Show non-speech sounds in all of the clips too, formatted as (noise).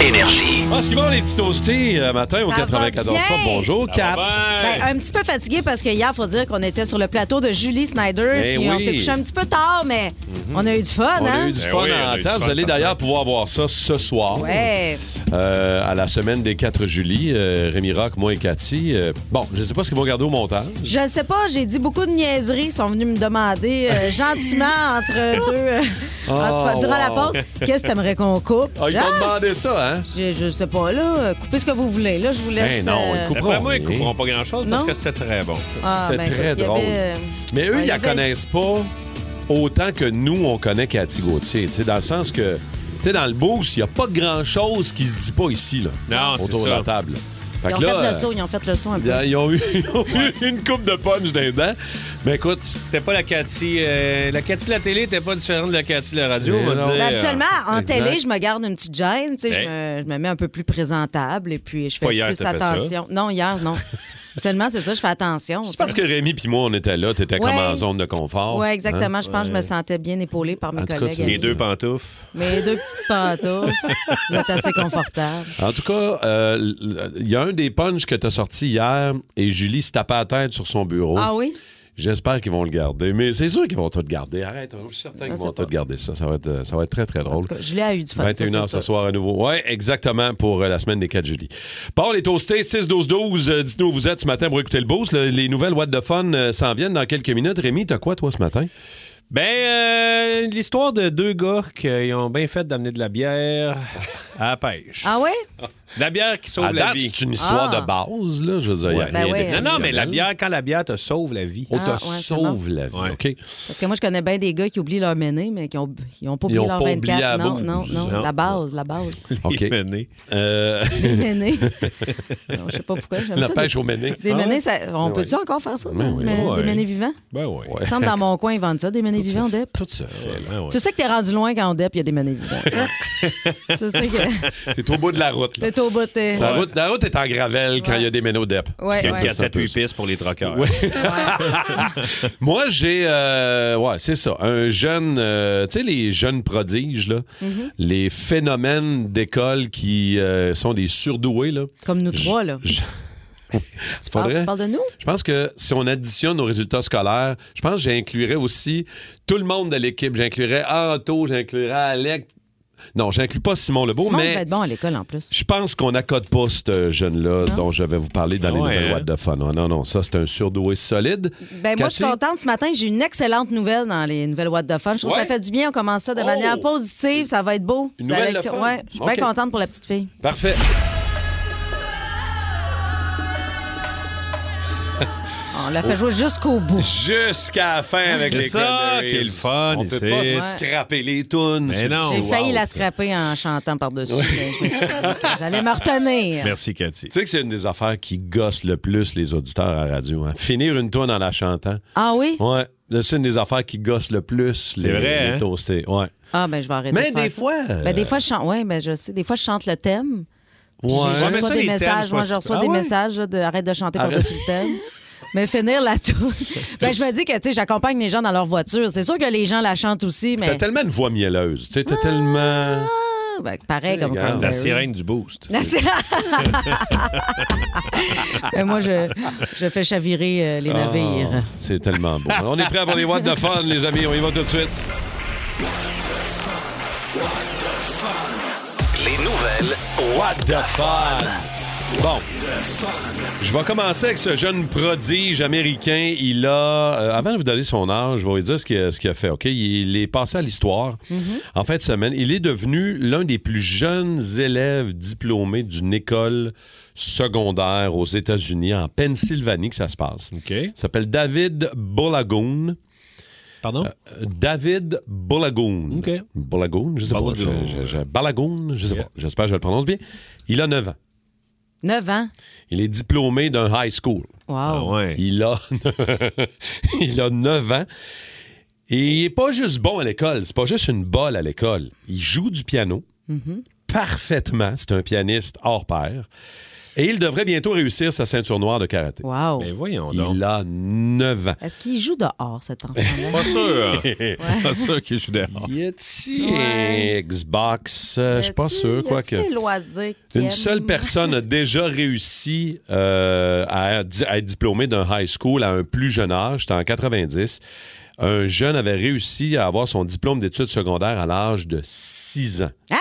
Énergie. Ah, ce qui va, les petits toastés euh, matin au Ça va 94 bien. Pop. Bonjour, Kat. Ben, bah. un petit peu fatigué parce que hier, faut dire qu'on était sur le plateau de Julie Snyder. Eh puis on oui. Mhm. s'est couché un petit peu tard, mais on a eu du fun, On hein? a eu du Ben fun oui, on en a eu du temps. fun, Vous allez certain. d'ailleurs pouvoir voir ça ce soir. Ouais. Euh, à la semaine des 4 juillet, euh, Rémi Rock, moi et Cathy. euh, bon, je ne sais pas ce qu'ils vont garder au montage. Je ne sais pas, j'ai dit beaucoup de niaiseries. Ils sont venus me demander (laughs) euh, gentiment entre deux, euh, entre- Oh, durant la wow. (laughs) pause, qu'est-ce que t'aimerais qu'on coupe? Ah, ils Ah, t'ont demandé ça, hein? je, je sais pas, là. euh, Coupez ce que vous voulez. Là, je vous laisse. Ben non, euh, ils couperont Après moi, ils rien. couperont pas grand-chose parce Non. que c'était très bon. ah, C'était ben, très il y drôle. avait, euh, Mais eux, Ouais, ils la ils veulent- connaissent (laughs) pas autant que nous, on connaît Cathy Gauthier. Tu sais, dans le sens que, tu sais, dans le boost, il n'y a pas grand-chose qui se dit pas ici, là. Non, c'est Autour de ça. la table. Fait Ils ont que là, fait euh, le saut, ils ont fait le saut un peu. Ils ils ont eu, (laughs) ils ont eu une coupe de punch dans les dents. Mais écoute, C'était pas la Cathy. euh, la Cathy de la télé était pas différente de la Cathy de la radio, Mais on va non. dire. Ben, habituellement, en exact. télé, je me garde une petite gêne. tu sais, Je, Ben. me, je me mets un peu plus présentable et puis je fais Pas hier, plus t'as fait ça. attention. Non, hier, (laughs) non. Seulement, c'est ça, je fais attention. c'est parce que Rémi puis moi, on était là. T'étais comme Ouais. en zone de confort. Oui, exactement. Hein? Je pense que je me sentais bien épaulée par mes En tout cas, collègues. tu- Les deux pantoufles. Mes deux (laughs) petites pantoufles. Vous êtes assez confortable. En tout cas, euh, l- il y a un des punchs que t'as sorti hier et Julie se tapait la tête sur son bureau. Ah oui? J'espère qu'ils vont le garder. Mais c'est sûr qu'ils vont tout garder. Arrête, je suis certain Je qu'ils sais vont pas. tout garder ça. Ça va être, euh, ça va être très, très drôle. En tout cas, Julie a eu du fun. ça, 21h c'est ce sûr. soir à nouveau. Oui, exactement, pour euh, la semaine des 4 juillet. Par les toastés, 6-12-12, euh, dites-nous où vous êtes ce matin pour écouter le boost. Le- les nouvelles What de Fun euh, s'en viennent dans quelques minutes. Rémi, t'as quoi, toi, ce matin? Ben, euh, l'histoire de deux gars euh, qui ont bien fait d'amener de la bière (laughs) à la pêche. Ah oui? De La bière qui sauve À la date, vie. c'est une histoire Ah. de base, là. Je veux dire, y a Ouais. rien Ben ouais. d'exceptionnel. Non, non, mais la bière, quand la bière te sauve la vie. On Ah, te ouais, c'est bon. sauve la vie, Ouais. OK? Parce que moi, je connais bien des gars qui oublient leur méné, mais qui n'ont ils ont pas Ils oublié ont leur pas 24. oublié la non, bouse. non, non, Non. La base, la base. OK. Mené. Euh, (laughs) Les ménés. Non, Je sais pas pourquoi. j'aime la ça, pêche au méné. Des Ah ouais? menés, ça- on peut-tu encore faire ça? Ben oui. mais- Ouais. Des menés vivants? Ben oui. Ouais. Il me semble dans mon coin, ils vendent ça, des menés vivants, Dep. Tout se fait, là. Ben oui. Tu sais que t'es rendu loin quand on Dep, il y a des menés vivants. (laughs) tu sais que T'es au bout de la route, là. t'es au bout, t'es. La route, la route est en gravelle quand il y a des ménos d'EP. Ouais, Il y a ouais. une cassette 8 pistes pour les troqueurs. (laughs) Moi, j'ai. euh, ouais, c'est ça. Un jeune. euh, tu sais, les jeunes prodiges, là. Mm-hmm. Les phénomènes d'école qui euh, sont des surdoués, là. Comme nous Je- trois, là. (laughs) je- (laughs) Tu parles, Faudrait- Ah, tu parles de nous? Je pense que si on additionne nos résultats scolaires, je pense que j'inclurais aussi tout le monde de l'équipe. J'inclurais Anto, j'inclurais Alec. Non, j'inclus pas Simon Lebeau, Simon mais. va être bon à l'école en plus. Je pense qu'on n'accorde pas ce jeune-là dont je vais vous parler dans Ah les Ouais, nouvelles hein? What de Fun. Non, non, non, ça, c'est un surdoué solide. Ben, moi, je suis Cathy? contente. Ce matin, j'ai une excellente nouvelle dans les nouvelles What de Fun. Je trouve que Ouais? ça fait du bien. On commence ça de Oh! manière positive. Ça va être beau. Une Ça nouvelle va être- de fun. Ouais, je suis OK. bien contente pour la petite fille. Parfait. On l'a fait jouer jusqu'au bout. Oh. Jusqu'à la fin avec C'est les ça Cranberries. qui est le fun On peut ici. pas Ouais. scraper les tunes. Mais non. J'ai Oh, failli wow. la scraper en chantant par-dessus. mais je me suis dit que J'allais (laughs) me retenir. Merci, Cathy. Tu sais que c'est une des affaires qui gosse le plus les auditeurs à la radio. hein. Finir une tune en la chantant. Ah oui? Ouais. C'est une des affaires qui gosse le plus les, vrai, les hein? toastés. Ouais. Ah, ben, je vais arrêter. Mais de faire des ça. fois, euh, Ben, des fois, je chante. Oui, mais je sais. Des fois, je chante le thème. Puis j'ai- Ouais. Je Ouais, mais reçois ça, des les thèmes, messages. je Moi, pense- je reçois Ah des ouais? messages là, de arrête de chanter par-dessus le thème. Mais finir (laughs) la tour. ben, je me dis que, tu sais, j'accompagne les gens dans leur voiture. C'est sûr que les gens la chantent aussi, T'as mais. (laughs) tellement une voix mielleuse. Tu sais, t'as tellement. Ah, ben, pareil comme Regarde, La Cranberry. sirène du boost. La sirène. Ben, moi, je, je fais chavirer euh, les navires. Ah, c'est tellement beau. On est prêt pour les watts de fun, les amis. On y va tout de suite. Les nouvelles. What the fun! Bon, je vais commencer avec ce jeune prodige américain. Il a, euh, avant de vous donner son âge, je vais vous dire ce qu'il a, ce qu'il a fait. Ok, il est passé à l'histoire Mhm. en fin de semaine. Il est devenu l'un des plus jeunes élèves diplômés d'une école secondaire aux États-Unis, en Pennsylvanie, que ça se passe. OK. Il s'appelle David Bolagoon. Euh, Pardon? David Bolagoon. OK. Bolagoon, je sais Bolagoon. pas. Je, je- je- Balagoon, je sais Yeah. pas. J'espère que je le prononce bien. Il a 9 ans. 9 ans. Il est diplômé d'un high school. Hein? Wow. Ah ouais. Il a, (laughs) il a 9 ans. Et il n'est pas juste bon à l'école. C'est pas juste une balle à Mm-hmm. l'école. Il joue du piano parfaitement. C'est un pianiste hors pair. Et il devrait bientôt réussir sa ceinture noire de karaté. Wow. Ben voyons donc. Il a 9 ans. Est-ce qu'il joue dehors, cet enfant-là? Pas sûr. (laughs) Pas sûr que je suis dehors. Y a-t-il Ouais. Xbox? Euh, Je suis pas Y a-tu- sûr, y quoi a-tu que. des loisirs qu'il Une aime? seule personne a déjà réussi euh, à, di- à être diplômée d'un high school à un plus jeune âge. C'était en 90. Un jeune avait réussi à avoir son diplôme d'études secondaires à l'âge de 6 ans. Hein?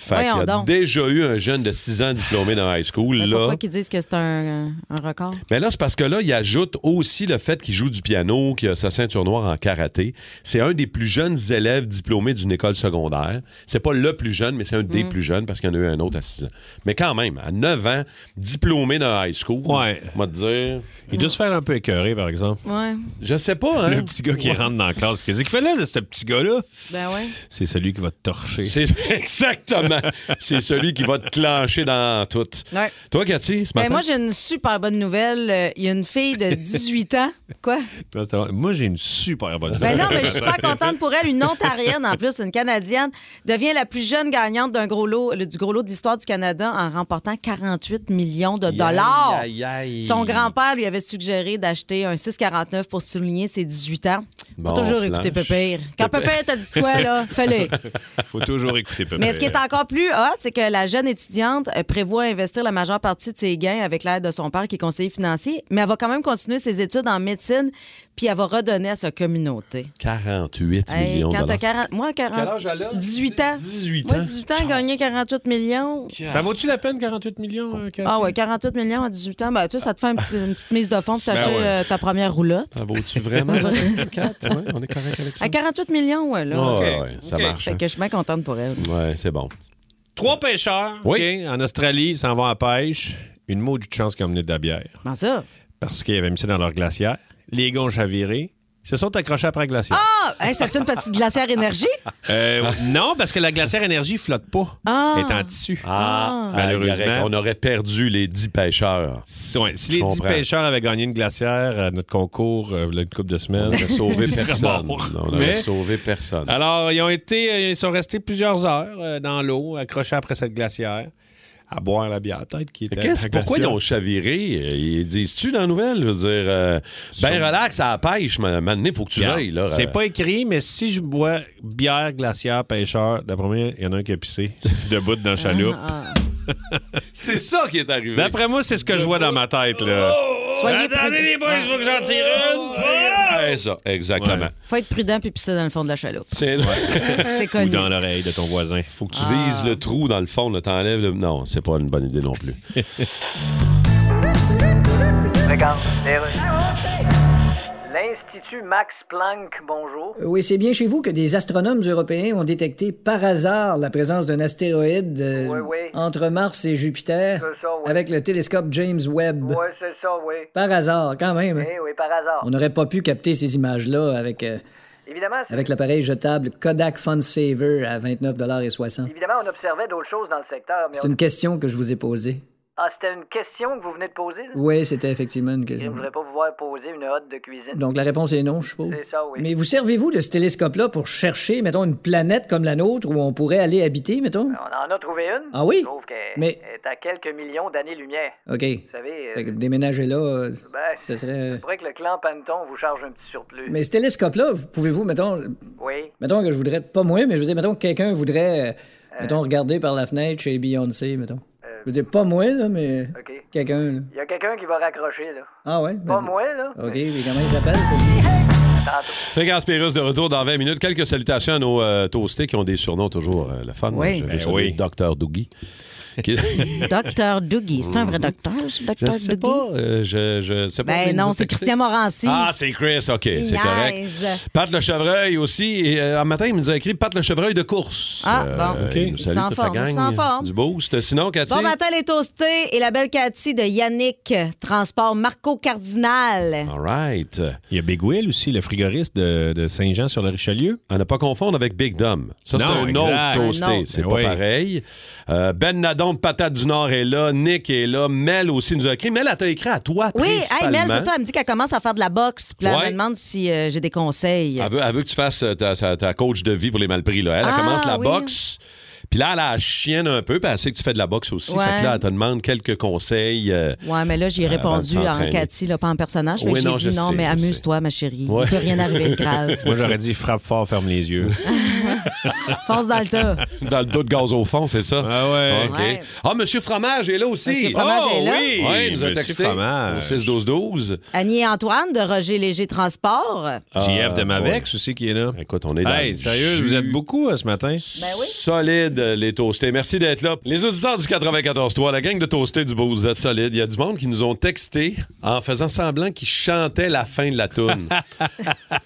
Fait Voyons qu'il y a donc. déjà eu un jeune de 6 ans diplômé d'un high school. Mais là. pourquoi qu'ils disent que c'est un, un record? Mais là, c'est parce que là, il ajoute aussi le fait qu'il joue du piano, qu'il a sa ceinture noire en karaté. C'est un des plus jeunes élèves diplômés d'une école secondaire. C'est pas le plus jeune, mais c'est un des Mm. plus jeunes parce qu'il y en a eu un autre à 6 ans. Mais quand même, à 9 ans, diplômé d'un high school, Ouais. on va te dire. Il doit se faire un peu écœurer, par exemple. Ouais. Je sais pas, hein? Le petit gars qui rentre dans la classe, qu'est-ce qu'il fait là, ce petit gars-là? Ben ouais. C'est celui qui va te torcher. (laughs) C'est exactement. C'est celui qui va te clencher dans tout. Ouais. Toi, Cathy, ce Ben matin. moi, j'ai une super bonne nouvelle. Euh, Il y a une (laughs) fille de 18 ans. Quoi? Toi, c'est vrai. Moi, j'ai une super bonne Ben non, mais je (laughs) (laughs) suis pas contente pour elle. Une Ontarienne, en plus, une Canadienne, devient la plus jeune gagnante d'un gros lot, le- du gros lot de l'histoire du Canada en remportant 48 millions de dollars. Son grand-père lui avait suggéré d'acheter un 6,49 pour souligner ses 18 ans. Bon, pas toujours flanche. écouter Pépère. Quand Pépère t'a dit de quoi, là? Fallait. Faut toujours écouter Pépé. Mais ce qui est encore plus hot, c'est que la jeune étudiante euh, prévoit investir la majeure partie de ses gains avec l'aide de son père qui est conseiller financier, mais elle va quand même continuer ses études en médecine, puis elle va redonner à sa communauté. 48 Hey, millions de quand dollars. t'as 40, moi, 40, Quel âge elle a? 18 ans. 18 Moi, ans. 18 ans, gagner 48 millions. Ça vaut-tu la peine, 48 millions, euh, Cathy? Ah ouais, 48 millions à 18 ans, ben tu sais, ça te fait un petit- une petite mise de fond pour Ben t'acheter ouais. euh, ta première roulotte. Ça vaut-tu (laughs) vraiment 4? Ouais, on est correct avec ça. À 48 millions, ouais, là. Ah, Ok. ouais, ça Ok. marche. Fait que je suis bien contente pour elle. Ouais, c'est bon. Trois pêcheurs Oui. OK, en Australie, ils s'en vont à pêche. Une maudite chance qu'ils ont amené de la bière Comment ça? parce qu'ils avaient mis ça dans leur glacière. Les gars ont chaviré. Ils se sont accrochés après la glacière. Ah! Hey, ça tient une petite glacière énergie? Ah! Euh, non, parce que la glacière énergie flotte pas. Ah. Elle est en tissu. Ah, Malheureusement. il y aurait- on aurait perdu les 10 pêcheurs. Si, ouais, si les dix comprends. pêcheurs avaient gagné une glacière à notre concours euh, il y a une couple de On semaines, (laughs) n'aurait (laughs) sauvé ils seraient personne. morts. On n'aurait Mais- sauvé personne. Alors, ils ont été, euh, ils sont restés plusieurs heures euh, dans l'eau, accrochés après cette glacière, à boire la bière, peut-être qui était. Qu'est-ce, à la pourquoi ils glacière. ont chaviré? Ils disent-tu dans la nouvelle? Je veux dire, euh, ben relax, à la pêche, mais maintenant, il faut que tu veilles. Là, euh. C'est pas écrit, mais si je bois bière, glacière, pêcheur, d'après moi, il y en a un qui a (laughs) pissé debout Ah. dans la chaloupe. Ah, C'est ça qui est arrivé. D'après moi, c'est ce que je vois dans ma tête. Là. Soyez Attendez les boys, il faut que j'en tire une. Ouais, ça, exactement. Ouais. Faut être prudent puis pisser dans le fond de la chaloupe. C'est... (laughs) C'est Ou connu. Ah. dans l'oreille de ton voisin. Faut que tu vises le trou dans le fond, là, t'enlèves le... Non, c'est pas une bonne idée non (laughs) plus. Regarde, Euh, les rues. L'Institut Max Planck, bonjour. Oui, c'est bien chez vous que des astronomes européens ont détecté par hasard la présence d'un astéroïde euh, Oui, oui. entre Mars et Jupiter C'est ça, oui. avec le télescope James Webb. Ouais, c'est ça, oui. Par hasard, quand même. hein. Eh oui, par hasard. On n'aurait pas pu capter ces images-là avec, euh, Évidemment, c'est- avec l'appareil jetable Kodak FunSaver à 29,60 évidemment, on observait d'autres choses dans le secteur, mais C'est on- une question que je vous ai posée. Ah, c'était une question que vous venez de poser, là? Oui, c'était effectivement une Je question. voudrais pas vous voir poser une hotte de cuisine. Donc la réponse est non, je suppose. C'est ça, oui. Mais vous servez-vous de ce télescope-là pour chercher, mettons, une planète comme la nôtre où on pourrait aller habiter, mettons? Ben, On en a trouvé une. Ah oui? Je trouve qu'elle Mais- elle est à quelques millions d'années-lumière. OK. Vous savez, euh, Fait que déménager là, euh, ben, ce c'est serait... euh, vrai que le clan Panton vous charge un petit surplus. Mais ce télescope-là, vous- pouvez-vous, mettons, Oui. mettons que je voudrais, pas moi, mais je veux dire, mettons que quelqu'un voudrait, euh, mettons, regarder par la fenêtre chez Beyoncé, mettons. Je veux dire, pas moi, là, mais Euh. OK. quelqu'un, là. Il y a quelqu'un qui va raccrocher, là. Ah ouais? ben- Pas moi, là. OK, mais comment il s'appelle? Regarde Pérus de retour dans 20 minutes. Quelques salutations à nos euh, toastés qui ont des surnoms toujours euh, le fun. Oui. Je veux Ben oui. saluer Dr. Doogie. qui- (laughs) Docteur Doogie. C'est un vrai docteur, ce Je docteur sais Doogie? pas. euh, je, je sais pas. Ben Il nous non, a c'est texté. Christian Morancy. Ah, c'est Chris, OK, c'est correct. niaise. Pat le chevreuil aussi. Et, euh, un matin, il nous a écrit Pat le chevreuil de course. Ah, bon. OK. OK. Il nous Il salue s'en toute forme, la il gang s'en forme. du boost. Sinon, Cathy, Bon matin les toastés et la belle Cathy de Yannick, transport Marco Cardinal. all right. Il y a Big Will aussi, le frigoriste de, de Saint-Jean-sur-le-Richelieu. À ne pas confondre avec Big Dom. Ça, c'est Non, un exact. autre Un Ah, toasté. autre. C'est Ben pas oui. pareil. Euh, ben Nadon de Patate du Nord est là. Nick est là. Mel aussi nous a écrit. Mel, elle t'a écrit à toi, Oui, hey, principalement. Mel, c'est ça, elle me dit qu'elle commence à faire de la boxe. Puis là, Ouais. Ah, elle me demande si euh, j'ai des conseils. Elle veut, elle veut que tu fasses euh, ta, sa- ta coach de vie pour les malpris. Là. Elle, elle Ah, commence la oui. boxe. Puis là, elle a la chienne un peu, puis elle sait que tu fais de la boxe aussi. Ouais. Fait que là, elle te demande quelques conseils. euh, Ouais, mais là, j'ai Euh, répondu avant de en s'entraîner. Cathy, là, pas en personnage. Fait que Oui, non, j'ai dit je non, sais, mais je amuse-toi, ma chérie. Ouais. Il peut (laughs) rien arriver de grave. Moi, j'aurais dit frappe fort, ferme les yeux. Fonce dans le tas. dans le dos de gaz au fond, c'est ça? Ah ouais. OK. Ouais. Ah, Monsieur Fromage est là aussi. Monsieur Fromage oh, est là. oui! Ouais, il nous a Monsieur texté. Fromage. 6-12-12. Annie et Antoine de Roger Léger Transport. JF de Ah, Mavex aussi qui est là. Écoute, on est dans Hey, le sérieux, jus. vous êtes beaucoup euh, ce matin. Ben oui. Solide, euh, les toastés. Merci d'être là. Les auditeurs du 94-3, la gang de toastés du beau, vous êtes solides. Il y a du monde qui nous ont texté en faisant semblant qu'ils chantaient la fin de la (laughs) toune.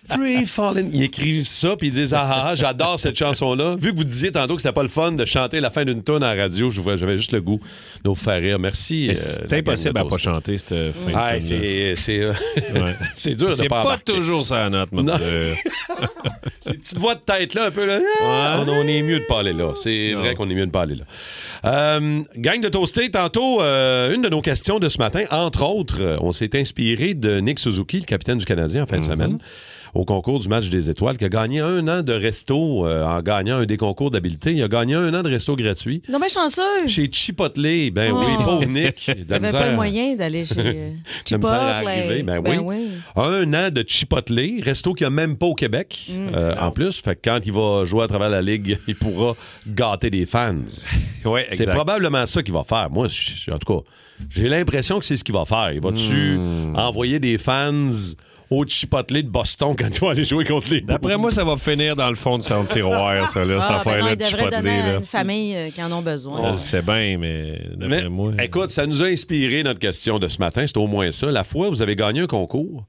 Free Falling. Ils écrivent ça, puis ils disent Ah, ah, ah, j'adore cette chanson-là. Vu que vous disiez tantôt que c'était pas le fun de chanter la fin d'une toune en radio, je vois- j'avais juste le goût de vous faire rire. Merci. Mais euh, la Ben, C'est impossible gang de à pas toastés. chanter cette fin de Ouais, tune-là. c'est, c'est, euh, Ouais. (laughs) c'est dur de C'est pas, pas, embarquer. toujours ça euh. note, mon Non. Dieu. (laughs) Ces petites voix de tête là, un peu là. Ah! On, on est mieux de parler là. C'est vrai qu'on est mieux de parler là. Euh, gang de toasté, tantôt, euh, une de nos questions de ce matin, entre autres, euh, on s'est inspiré de Nick Suzuki, le capitaine du Canadien en Mm-hmm. fin de semaine, au concours du match des étoiles, qui a gagné un an de resto euh, en gagnant un des concours d'habileté. Il a gagné un an de resto gratuit. Non, mais chanceux. Chez Chipotle, ben Oh. oui, pauvre Nick. de la J'avais pas le misère. moyen (laughs) (laughs) d'aller chez euh, La misère à Chipotle. arriver, ben oui. oui. Un an de Chipotle, resto qu'il n'y a même pas au Québec, Mm. euh, en plus. Fait que quand il va jouer à travers la Ligue, (laughs) il pourra gâter des fans. (laughs) Ouais, C'est exact. probablement ça qu'il va faire. Moi, je- en tout cas, j'ai l'impression que c'est ce qu'il va faire. Il va-tu Mm. envoyer des fans au Chipotle de Boston quand il va aller jouer contre les D'après moi, ça va finir dans le fond de son tiroir, ça, là, cette Ah, ben non, affaire-là de ils devraient Chipotle. donner à Là. une famille euh, qui en ont On besoin. le sait bien, mais Mais, d'après moi. Écoute, ça nous a inspiré notre question de ce matin. C'est au moins ça. La fois où vous avez gagné un concours,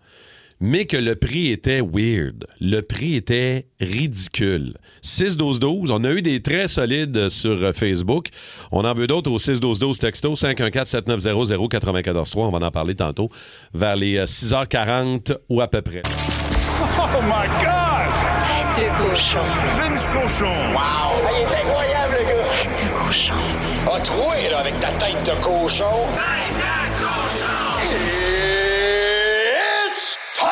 mais que le prix était weird. Le prix était ridicule. 6-12-12, on a eu des très solides sur euh, Facebook. On en veut d'autres au 6-12-12 texto 514-7900-943. On va en parler tantôt vers les euh, 6h40 ou à peu près. Oh Tête de cochon. Vince Cochon. Ah, il est incroyable, le gars! Tête de cochon. A troué, là, avec ta tête de cochon. Tête de cochon! It's time!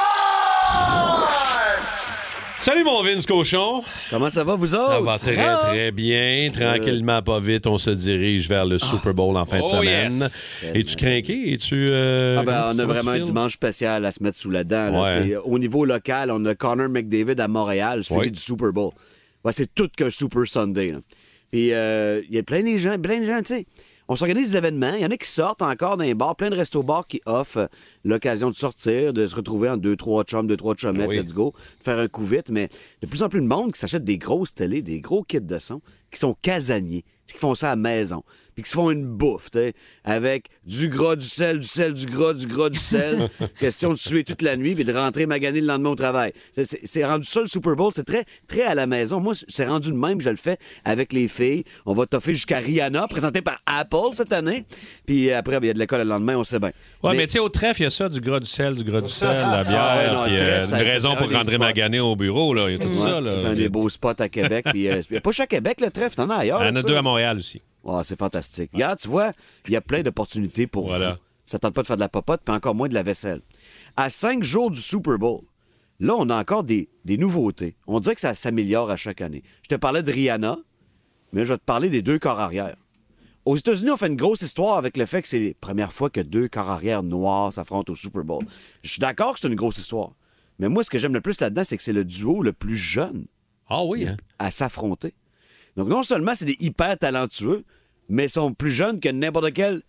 Salut mon Vince Cochon. Comment ça va, vous autres? Ça va très, très bien. Tranquillement, pas vite, on se dirige vers le Super Bowl en fin de Oh, semaine. yes. Es-tu craqué? Es-tu. euh, Ah ben, comment on tu- a comment tu vraiment un files? dimanche spécial à se mettre sous la dent. là. Ouais. T'sais, Au niveau local, on a Connor McDavid à Montréal, celui Ouais. du Super Bowl. Ouais, c'est tout qu'un Super Sunday. là. Puis euh, il y a plein de gens, plein de gens, tu sais. On s'organise des événements. Il y en a qui sortent encore dans les bars, plein de restos-bars qui offrent euh, l'occasion de sortir, de se retrouver en deux, trois chums, deux, trois chumettes, oui. let's go, de faire un coup vite. Mais de plus en plus de monde qui s'achète des grosses télés, des gros kits de son, qui sont casaniers, qui font ça à la maison, puis qui se font une bouffe, tu sais, avec du gras, du sel, du sel, du gras, du gras, du sel. Question de suer toute la nuit, puis de rentrer maganer le lendemain au travail. C'est- C'est c'est rendu ça le Super Bowl, c'est très, très à la maison. Moi, c'est rendu de même, je le fais avec les filles. On va toffer jusqu'à Rihanna, présentée par Apple cette année. Puis après, ben, il y a de l'école le lendemain, on sait bien. Ouais, mais, Mais- tu sais, au trèfle, il y a ça, du gras, du sel, du gras, du sel, de la bière, Ah ouais, non, puis le euh, trèfle, ça- une ça- raison c'est pour un des rentrer spots. magané au bureau, là. Il y a tout Ouais, ça, là. c'est un des beaux spots à Québec. Puis, euh, y a pas chez Québec, le trèfle, t'en as ailleurs. Il y en a ça. deux à Montréal aussi. Ah, c'est fantastique. Regarde, tu vois, il y a plein d'opportunités pour Voilà. vous. Ça tente pas de faire de la popote, puis encore moins de la vaisselle. À cinq jours du Super Bowl, là, on a encore des, des nouveautés. On dirait que ça s'améliore à chaque année. Je te parlais de Rihanna, mais je vais te parler des deux corps arrière. Aux États-Unis, on fait une grosse histoire avec le fait que c'est la première fois que deux corps arrière noirs s'affrontent au Super Bowl. Je suis d'accord que c'est une grosse histoire. Mais moi, ce que j'aime le plus là-dedans, c'est que c'est le duo le plus jeune Ah oui, hein? à s'affronter. Donc, non seulement c'est des hyper talentueux, mais ils sont plus jeunes que n'importe quel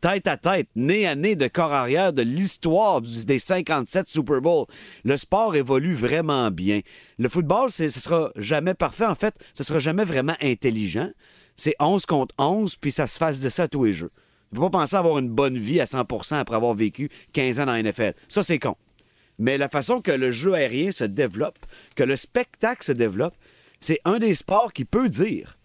tête à tête, nez à nez de corps arrière de l'histoire du- des 57 Super Bowl. Le sport évolue vraiment bien. Le football, c'est- ce sera jamais parfait. En fait, ce sera jamais vraiment intelligent. C'est 11 contre 11, puis ça se fasse de ça à tous les jeux. Tu peux pas penser avoir une bonne vie à 100 après avoir vécu 15 ans dans la NFL. Ça, c'est con. Mais la façon que le jeu aérien se développe, que le spectacle se développe, c'est un des sports qui peut dire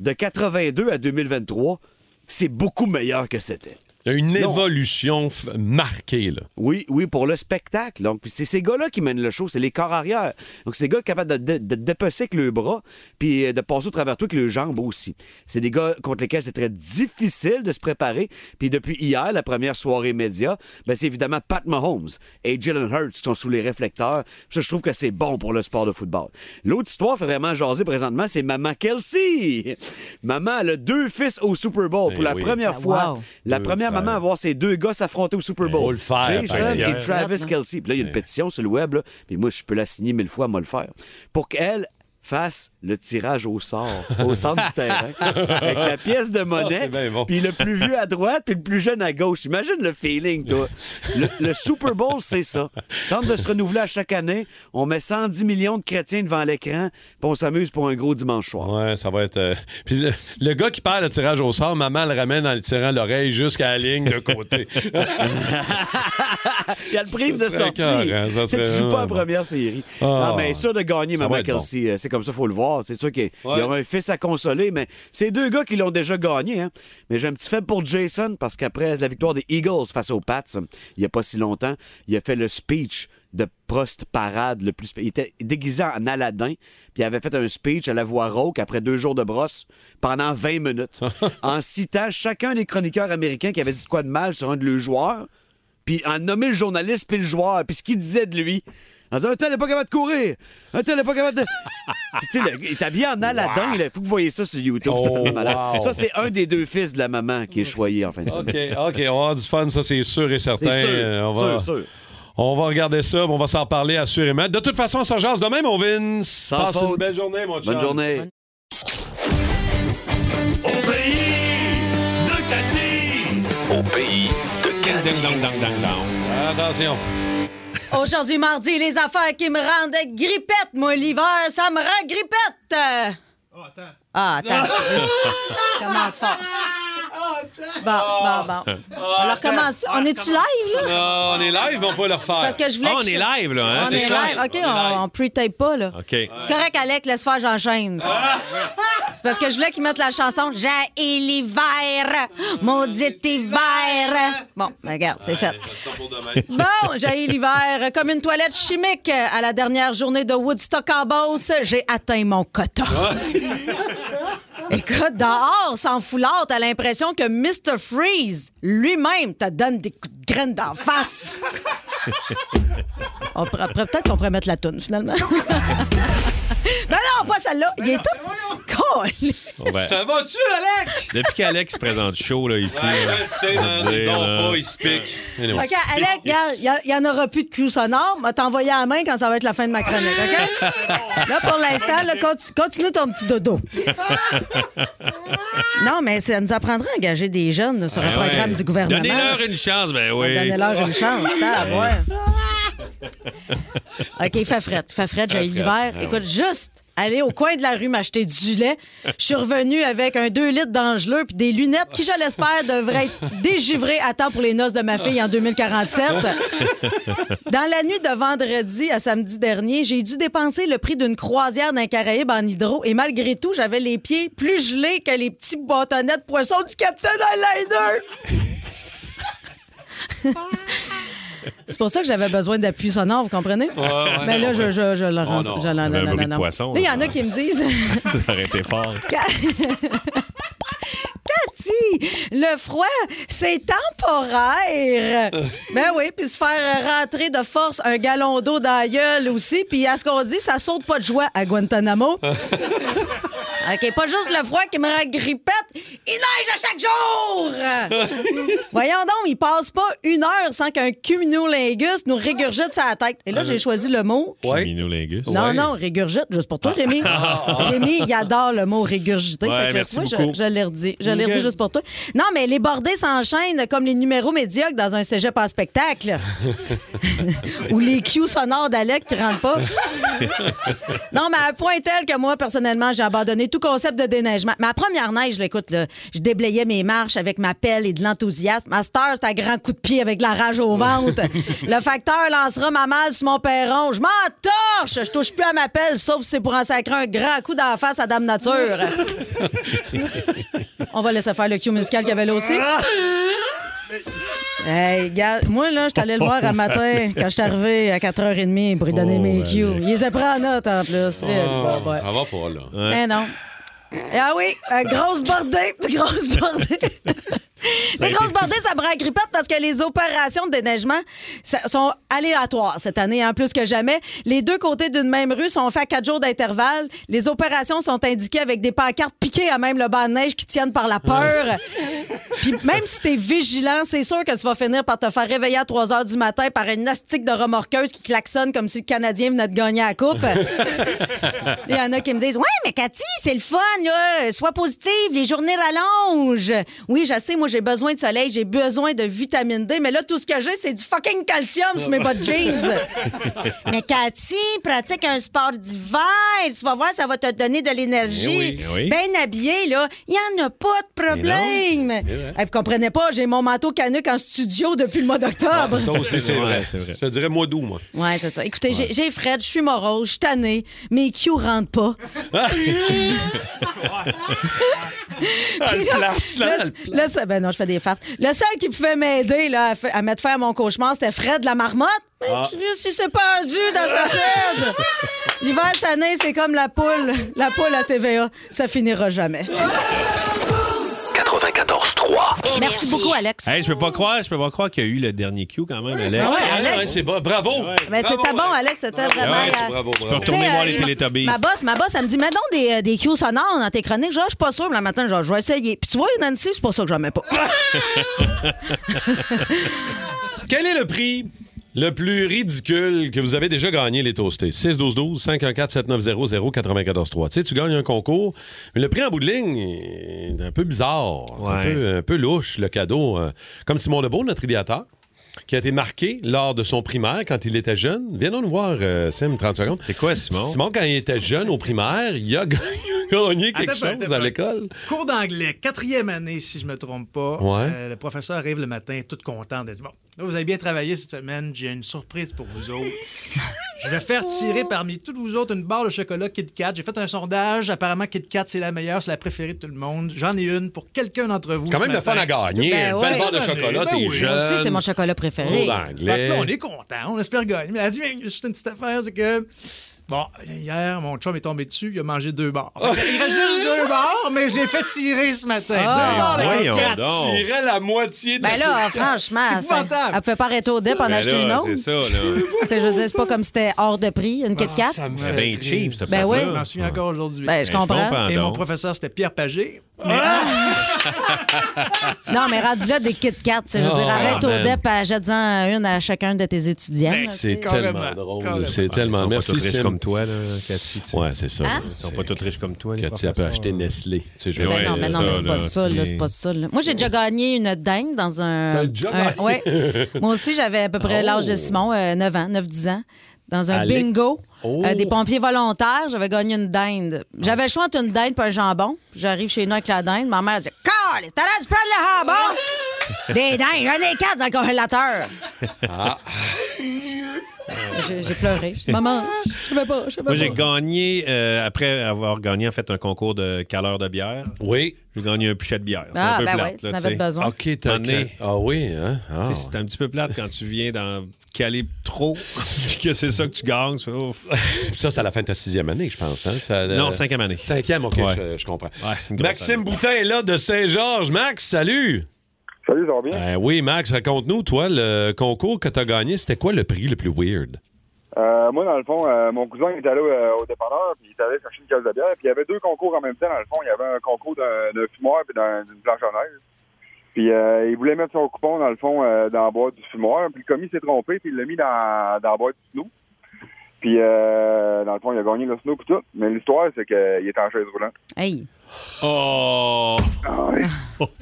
de 82 à 2023, c'est beaucoup meilleur que c'était. Il y a une évolution f- marquée, là. Oui, oui, pour le spectacle. Donc, puis c'est ces gars-là qui mènent le show, c'est les corps arrière. Donc, c'est des gars capables de, de, de dépecer avec le bras, puis euh, de passer au travers de tout avec les jambes aussi. C'est des gars contre lesquels c'est très difficile de se préparer. Puis depuis hier, la première soirée média, ben, c'est évidemment Pat Mahomes et Jalen Hurts qui sont sous les réflecteurs. Ça, je trouve que c'est bon pour le sport de football. L'autre histoire fait vraiment jaser présentement, c'est Maman Kelsey. Maman, elle a deux fils au Super Bowl Eh pour la oui. première Ah, fois. wow. La Deux première frères. maman à voir ces deux gars s'affronter au Super faut Bowl. le faire, par Jason exemple. et Travis Kelsey. Puis là, il y a une pétition sur le web, là, mais moi, je peux la signer mille fois, moi le faire. Pour qu'elle fasse le tirage au sort, au centre du (laughs) terrain, avec la pièce de Ah, monnaie, c'est bien bon. puis le plus vieux à droite, puis le plus jeune à gauche. Imagine le feeling, toi. Le, le Super Bowl, c'est ça. Tente de se renouveler à chaque année. On met 110 millions de chrétiens devant l'écran, puis on s'amuse pour un gros dimanche soir. Ouais, ça va être. euh, (laughs) Puis le, le gars qui perd le tirage au sort, maman le ramène en lui tirant l'oreille jusqu'à la ligne (laughs) de côté. Il y a le prive Ça de serait sortie. écœurant, ça C'est que serait tu joues pas en vraiment bon. première série. Ah. Non, mais sûr de gagner, Ça va Maman être bon. Kelsey. euh, C'est comme ça, faut le voir. C'est sûr qu'il y Ouais. aura un fils à consoler, mais c'est deux gars qui l'ont déjà gagné. hein. Mais j'ai un petit faible pour Jason parce qu'après la victoire des Eagles face aux Pats, il n'y a pas si longtemps, il a fait le speech de Prost Parade le plus. sp- Il était déguisé en Aladdin, puis il avait fait un speech à la voix rauque après deux jours de brosse pendant 20 (laughs) minutes, en citant chacun des chroniqueurs américains qui avaient dit de quoi de mal sur un de leurs joueurs puis en nommer le journaliste puis le joueur, puis ce qu'il disait de lui. En disant, un tel n'est pas capable de courir, un tel n'est pas capable de. (laughs) Puis tu sais, le- il est habillé en Aladdin, il faut que vous voyez ça sur YouTube. c'est Oh, vraiment malade. wow. Ça, c'est un des deux fils de la maman qui est choyé en fin de semaine. OK, ah, OK, on va avoir du fun, ça, c'est sûr et certain. C'est sûr, Euh, on, va, sûr, sûr. on va regarder ça, puis on va s'en parler assurément. De toute façon, on se jase demain, mon Vince. Passe une faute. belle journée, mon chum. Bonne journée. (laughs) Attention. Aujourd'hui, mardi, les affaires qui me rendent grippette. Moi, l'hiver, ça me rend grippette. Euh, Ah, (laughs) attends. Commence fort. Bon, bon, bon. On leur recommence. On est-tu live, là? Ah, on est live, mais on peut le refaire. Parce que je voulais Ah, on que est je- live, là, hein, On c'est ça? est live. OK, Ah, on, on pre-tape pas, là. OK. C'est correct, Alec, laisse faire, j'enchaîne. C'est parce que je voulais qu'ils mettent la chanson J'ai l'hiver, maudit hiver. Bon, ben, regarde, c'est fait. Bon, j'ai (laughs) l'hiver. Comme une toilette chimique, à la dernière journée de Woodstock en Beauce, j'ai atteint mon quota. Écoute, dehors, sans foulard, t'as l'impression que Mr. Freeze lui-même te donne des coups de graines d'en face. On pourrait- pourrait- Peut-être qu'on pourrait mettre la toune, finalement. (laughs) Ben non, pas celle-là. Il est tout. Cool. Ça va-tu, Alex? Depuis qu'Alex présente chaud, là, ici. là, c'est man, c'est bon, Ah, pas, il se pique. OK, Alec, regarde, il n'y en aura plus de clous sonores. M'a t'envoyé à la main quand ça va être la fin de ma chronique, OK? Là, pour l'instant, là, conti- continue ton petit dodo. (laughs) Non, mais ça nous apprendra à engager des jeunes là, sur un Eh Ben ouais. programme du gouvernement. Donnez-leur une chance, ben oui. Donnez-leur une chance. tabarnak, ouais. (laughs) OK, il fait fret. Il fait fret, j'ai eu l'hiver. Écoute, juste aller au coin de la rue m'acheter du lait. Je suis revenue avec un 2 litres d'angeleux puis des lunettes qui, je l'espère, devraient être dégivrées à temps pour les noces de ma fille en 2047. Dans la nuit de vendredi à samedi dernier, j'ai dû dépenser le prix d'une croisière d'un Caraïbe en hydro et malgré tout, j'avais les pieds plus gelés que les petits bâtonnets de poisson du capitaine Eyeliner. (laughs) C'est pour ça que j'avais besoin d'appui sonore, vous comprenez? Mais là, je, je, je le rends- Oh non, je- non, on avait un non, bruit non, de non. poisson, Là, il y là. en a qui me disent. (laughs) Arrêtez fort. (laughs) Cathy, le froid, c'est temporaire. ben oui, puis se faire rentrer de force un galon d'eau dans la gueule aussi. Puis à ce qu'on dit, ça saute pas de joie à Guantanamo. OK, pas juste le froid qui me rend grippette, il neige à chaque jour! Voyons donc, il passe pas une heure sans qu'un cumunolingus nous régurgite sa tête. Et là, j'ai choisi le mot Ouais. Minolingus. non, Ouais. non, régurgite, juste pour toi, (laughs) Rémi. Rémi, il adore le mot régurgiter. Ouais, Fait que merci moi, je- beaucoup. Je, l'ai redit. Je l'ai Ok. redit juste pour toi. Non, mais les bordées s'enchaînent comme les numéros médiocres dans un cégep en spectacle. Ou les cues sonores d'Alec qui rentrent pas. non, mais à un point tel que moi, personnellement, j'ai abandonné tout concept de déneigement. Ma première neige, je l'écoute, là, je déblayais mes marches avec ma pelle et de l'enthousiasme. Ma star, c'est un grand coup de pied avec de la rage au ventre. Le facteur lancera ma malle sur mon perron. Je m'en torche! Je touche plus à ma pelle, sauf si c'est pour en sacrer un grand coup d'en face à Dame Nature. On va laisser faire le cue musical qu'il y avait là aussi. Hey, regarde, moi, là, je t'allais le voir à matin quand je suis arrivé à 4h30 pour lui donner mes cues. Il les a pris en note, en plus. Ah, Eh, bon, ouais. Ça va pas, là. Eh non. Eh Ah oui, euh, grosse bordée, (laughs) grosse bordée. les grosses bordées, ça prend la grippette parce que les opérations de déneigement ça- sont aléatoires cette année, en plus que jamais. Les deux côtés d'une même rue sont faits à quatre jours d'intervalle. Les opérations sont indiquées avec des pancartes piquées à même le banc de neige qui tiennent par la peur. Puis même si t'es vigilant, c'est sûr que tu vas finir par te faire réveiller à 3 heures du matin par une astique de remorqueuse qui klaxonne comme si le Canadien venait de gagner la coupe. Il y en a qui me disent Ouais, mais Cathy, c'est le fun, là. Sois positive, les journées rallongent. Oui, je sais, moi, j'ai besoin de soleil, j'ai besoin de vitamine D, mais là, tout ce que j'ai, c'est du fucking calcium sur mes bottes (laughs) de jeans. mais Cathy, pratique un sport d'hiver. Tu vas voir, ça va te donner de l'énergie. Eh oui, eh oui. Bien habillé, là. Il n'y en a pas de problème. Eh, vous comprenez pas, j'ai mon manteau canuc en studio depuis le mois d'octobre. Ça aussi, c'est Ouais, vrai. c'est vrai. Je te dirais mois d'août, moi. Ouais, c'est ça. Écoutez, j'ai- j'ai Fred, je suis morose, je suis tannée, mes Q rentrent pas. Ah, Ah, Puis (laughs) là, le- le seul- ben non, je fais des farces. Le seul qui pouvait m'aider là, à, fa- à mettre fin à mon cauchemar, c'était Fred la marmotte. Mais Ah. Chris, il s'est pendu dans sa chaîne. L'hiver cette année, c'est comme la poule. La poule à TVA. Ça finira jamais. 94.3. Merci beaucoup, Alex. Hey, je peux pas croire, je peux pas croire qu'il y a eu le dernier Q quand même, Alex. ouais, Ah, Alex. ouais, c'est bon. Bravo! Mais Bravo, c'était bon, Alex. Alex. C'était vraiment. ouais, euh, tu- bravo, Tu peux bravo. retourner T'sais, voir euh, les Teletubbies. Ma boss, ma boss, elle me dit, mets donc des, euh, des cues sonores dans tes chroniques. Genre, je suis pas sûre. Puis Le matin, genre, je vais essayer. Puis tu vois, Nancy, c'est pour ça que j'en mets pas. Ah, Quel est le prix le plus ridicule que vous avez déjà gagné, les toastés? 6-12-12, 514-7900-943. Tu sais, tu gagnes un concours, mais le prix en bout de ligne est un peu bizarre, un, Ouais. peu, un peu louche, le cadeau. euh, Comme Simon Lebeau, notre idéateur, qui a été marqué lors de son primaire quand il était jeune. Viens nous voir, euh, Sim, 30 secondes. C'est quoi, Simon? Simon, quand il était jeune au primaire, il a (laughs) gagné quelque Attends un peu, chose attends un à peu. l'école. Cours d'anglais, quatrième année, si je me trompe pas. Ouais. Euh, le professeur arrive le matin, tout content d'être bon. Là, vous avez bien travaillé cette semaine, j'ai une surprise pour vous autres. (laughs) Je vais faire tirer parmi tous vous autres une barre de chocolat Kit Kat. J'ai fait un sondage. Apparemment, Kit Kat, c'est la meilleure, c'est la préférée de tout le monde. J'en ai une pour quelqu'un d'entre vous. Quand ce même, le fun matin. à gagner. Ben une belle ouais. barre de chocolat, Ben t'es oui. jeune. Aussi, c'est mon chocolat cours préféré. Fait que d'anglais. là, on est content, on espère gagner. Mais elle a dit, mais juste une petite affaire, c'est que. Bon, hier, mon chum est tombé dessus, il a mangé deux barres. Fait que Il reste juste deux barres, mais je l'ai fait tirer ce matin. Ah! deux barres de voyons Kit Kat. donc. On tirait la moitié de Ben là, franchement, C'est ça, Ah. épouvantable. elle pouvait pas arrêter au dip en Ben là, acheter une autre. C'est (laughs) ça, là. Tu sais, je veux dire, c'est pas comme si c'était hors de prix, une Kit Kat. Ah, Ça me C'est fait bien rire. cheap, cette Ben affaire-là. oui. Je m'en souviens encore aujourd'hui. Ben, je Ben, comprends. Et mon donc. professeur, c'était Pierre Pagé. Non, mais rendu là, des Kit Kat. tu sais, Je veux Oh, dire, arrête au Ah, man. dep, jette-en une à chacun de tes étudiants. Ben, C'est Carrément, tellement drôle. carrément. C'est tellement. Ils sont Merci, pas tous riches Sim. comme toi, là, Cathy. tu sais. Ouais, c'est ça. Ils sont pas tous riches comme toi, les Cathy, elle peut professeurs. acheter Nestlé. Tu sais, je veux Ben dire, non, Hein? mais c'est non, ça, mais c'est pas Ah, là, ça, là, c'est- c'est pas ça. là. Moi, j'ai déjà gagné une dingue dans un. Oh. T'as déjà un- gagné? ouais. (laughs) Moi aussi, j'avais à peu près Oh. l'âge de Simon, euh, 9 ans, 9-10 ans, dans un Allez. bingo. Oh. euh, des pompiers volontaires, j'avais gagné une dinde. J'avais le choix entre une dinde et un jambon. J'arrive chez nous avec la dinde. Ma mère dit Cale, t'as l'air de prendre le jambon (laughs) Des dindes, j'en ai quatre dans le congélateur. Ah. J'ai j'ai pleuré. J'ai dit, Maman, je savais pas, je savais pas. Moi, j'ai gagné, euh, après avoir gagné, en fait, un concours de caleur de bière, Oui. j'ai gagné un pichet de bière. C'était Ah, un peu ben ouais, plate, tu là, en tu avais sais. besoin. OK, t'as Un nez. Ah oui, hein? Ah, Tu sais, C'est un petit peu plate quand tu viens d'en caler trop, (laughs) puis que c'est ça que tu gagnes. tu fais, ouf. ouais. Puis Ça, c'est à la fin de ta sixième année, je pense. Hein? Ça, euh, Non, cinquième année. Cinquième, OK, Ouais. je, je comprends. Ouais, une grosse Maxime année. Boutin est là de Saint-Georges. Max, salut! Salut, ça va bien? Ben oui, Max, raconte-nous, toi, le concours que t'as gagné, c'était quoi le prix le plus weird? Euh, moi, dans le fond, euh, mon cousin il était allé euh, au dépanneur, puis il était allé chercher une caisse de bière, puis il y avait deux concours en même temps, dans le fond. Il y avait un concours d'un d'un fumoir puis d'un- d'une planche à neige. Puis euh, il voulait mettre son coupon, dans le fond, euh, dans la boîte du fumoir, puis le commis s'est trompé, puis il l'a mis dans, dans la boîte du snow. Puis, euh, dans le fond, il a gagné le snow, puis tout. Mais l'histoire, c'est qu'il était en chaise roulante. Hey. Oh!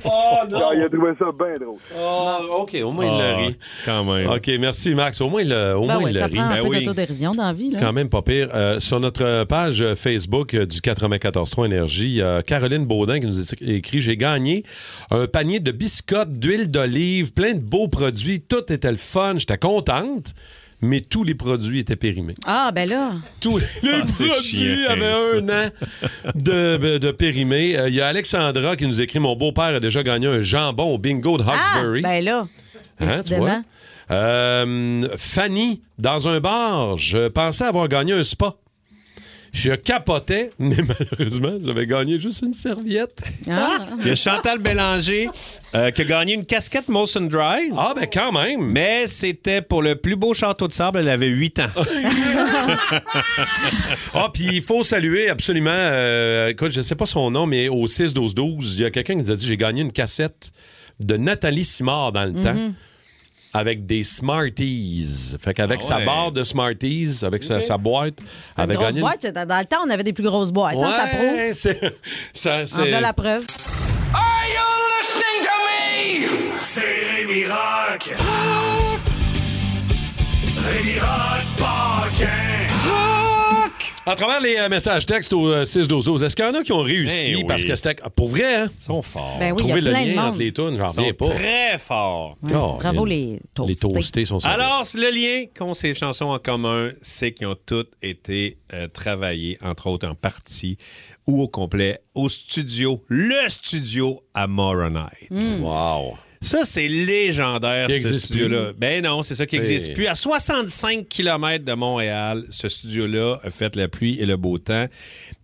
Alors, il a trouvé ça bien drôle. Oh, OK, au moins, il Ah, l'a ri. Quand même. OK, merci, Max. Au moins, il a- au Ben moins, ouais, il a ça ri. prend un Ben peu oui. d'autodérision dans la vie. C'est là. quand même pas pire. Euh, sur notre page euh, Facebook euh, du 94.3 Énergie, il y a Caroline Baudin qui nous a écrit « J'ai gagné un panier de biscottes, d'huile d'olive, plein de beaux produits. Tout était le fun. J'étais contente. mais tous les produits étaient périmés. Ah, ben là. Tous les Ah, c'est produits chiant, avaient ça. un hein? an de, de périmé. Euh, Il y a Alexandra qui nous écrit Mon beau-père a déjà gagné un jambon au bingo de Hawkesbury. Ben là. Hein, tu vois? décidément. Euh, Fanny, dans un bar, je pensais avoir gagné un spa. Je capotais, mais (laughs) malheureusement, j'avais gagné juste une serviette. Ah. Il y a Chantal Bélanger euh, qui a gagné une casquette Molson Dry. Ah, ben quand même! Mais c'était pour le plus beau château de sable, elle avait 8 (laughs) ans. Ah, puis il faut saluer absolument, euh, écoute, je sais pas son nom, mais au 6-12-12, il y a quelqu'un qui nous a dit j'ai gagné une cassette de Nathalie Simard dans le Mhm. temps. Avec des Smarties. Fait qu'avec Ah sa ouais. barre de Smarties, avec sa, Ok. sa boîte, Une avait grosse gagné. une- boîte, c'était- dans le temps, on avait des plus grosses boîtes. hein, ça prouve. Ouais, c'est- ça, En c'est- voilà la preuve. Are you listening to me? C'est Rémi Rock. Rémi Rock À travers les euh, messages textes au euh, 6-12-12, est-ce qu'il y en a qui ont réussi Eh oui. parce que c'était. ah, Pour vrai, hein? Ils sont forts. Ben oui, Trouver il y a le plein de lien monde. entre les tunes, j'en Ils sont reviens pas. Très fort. Oh, Bravo, man. les toastés. Les toastés sont sérieux. Alors, c'est le lien qu'ont ces chansons en commun, c'est qu'ils ont toutes été euh, travaillées, entre autres en partie ou au complet, au studio, le studio à Moronite. Mm. Wow! Ça, c'est légendaire, Qui ce existe plus. studio-là. Ben non, c'est ça qui n'existe Et- plus. À 65 km de Montréal, ce studio-là a fait la pluie et le beau temps.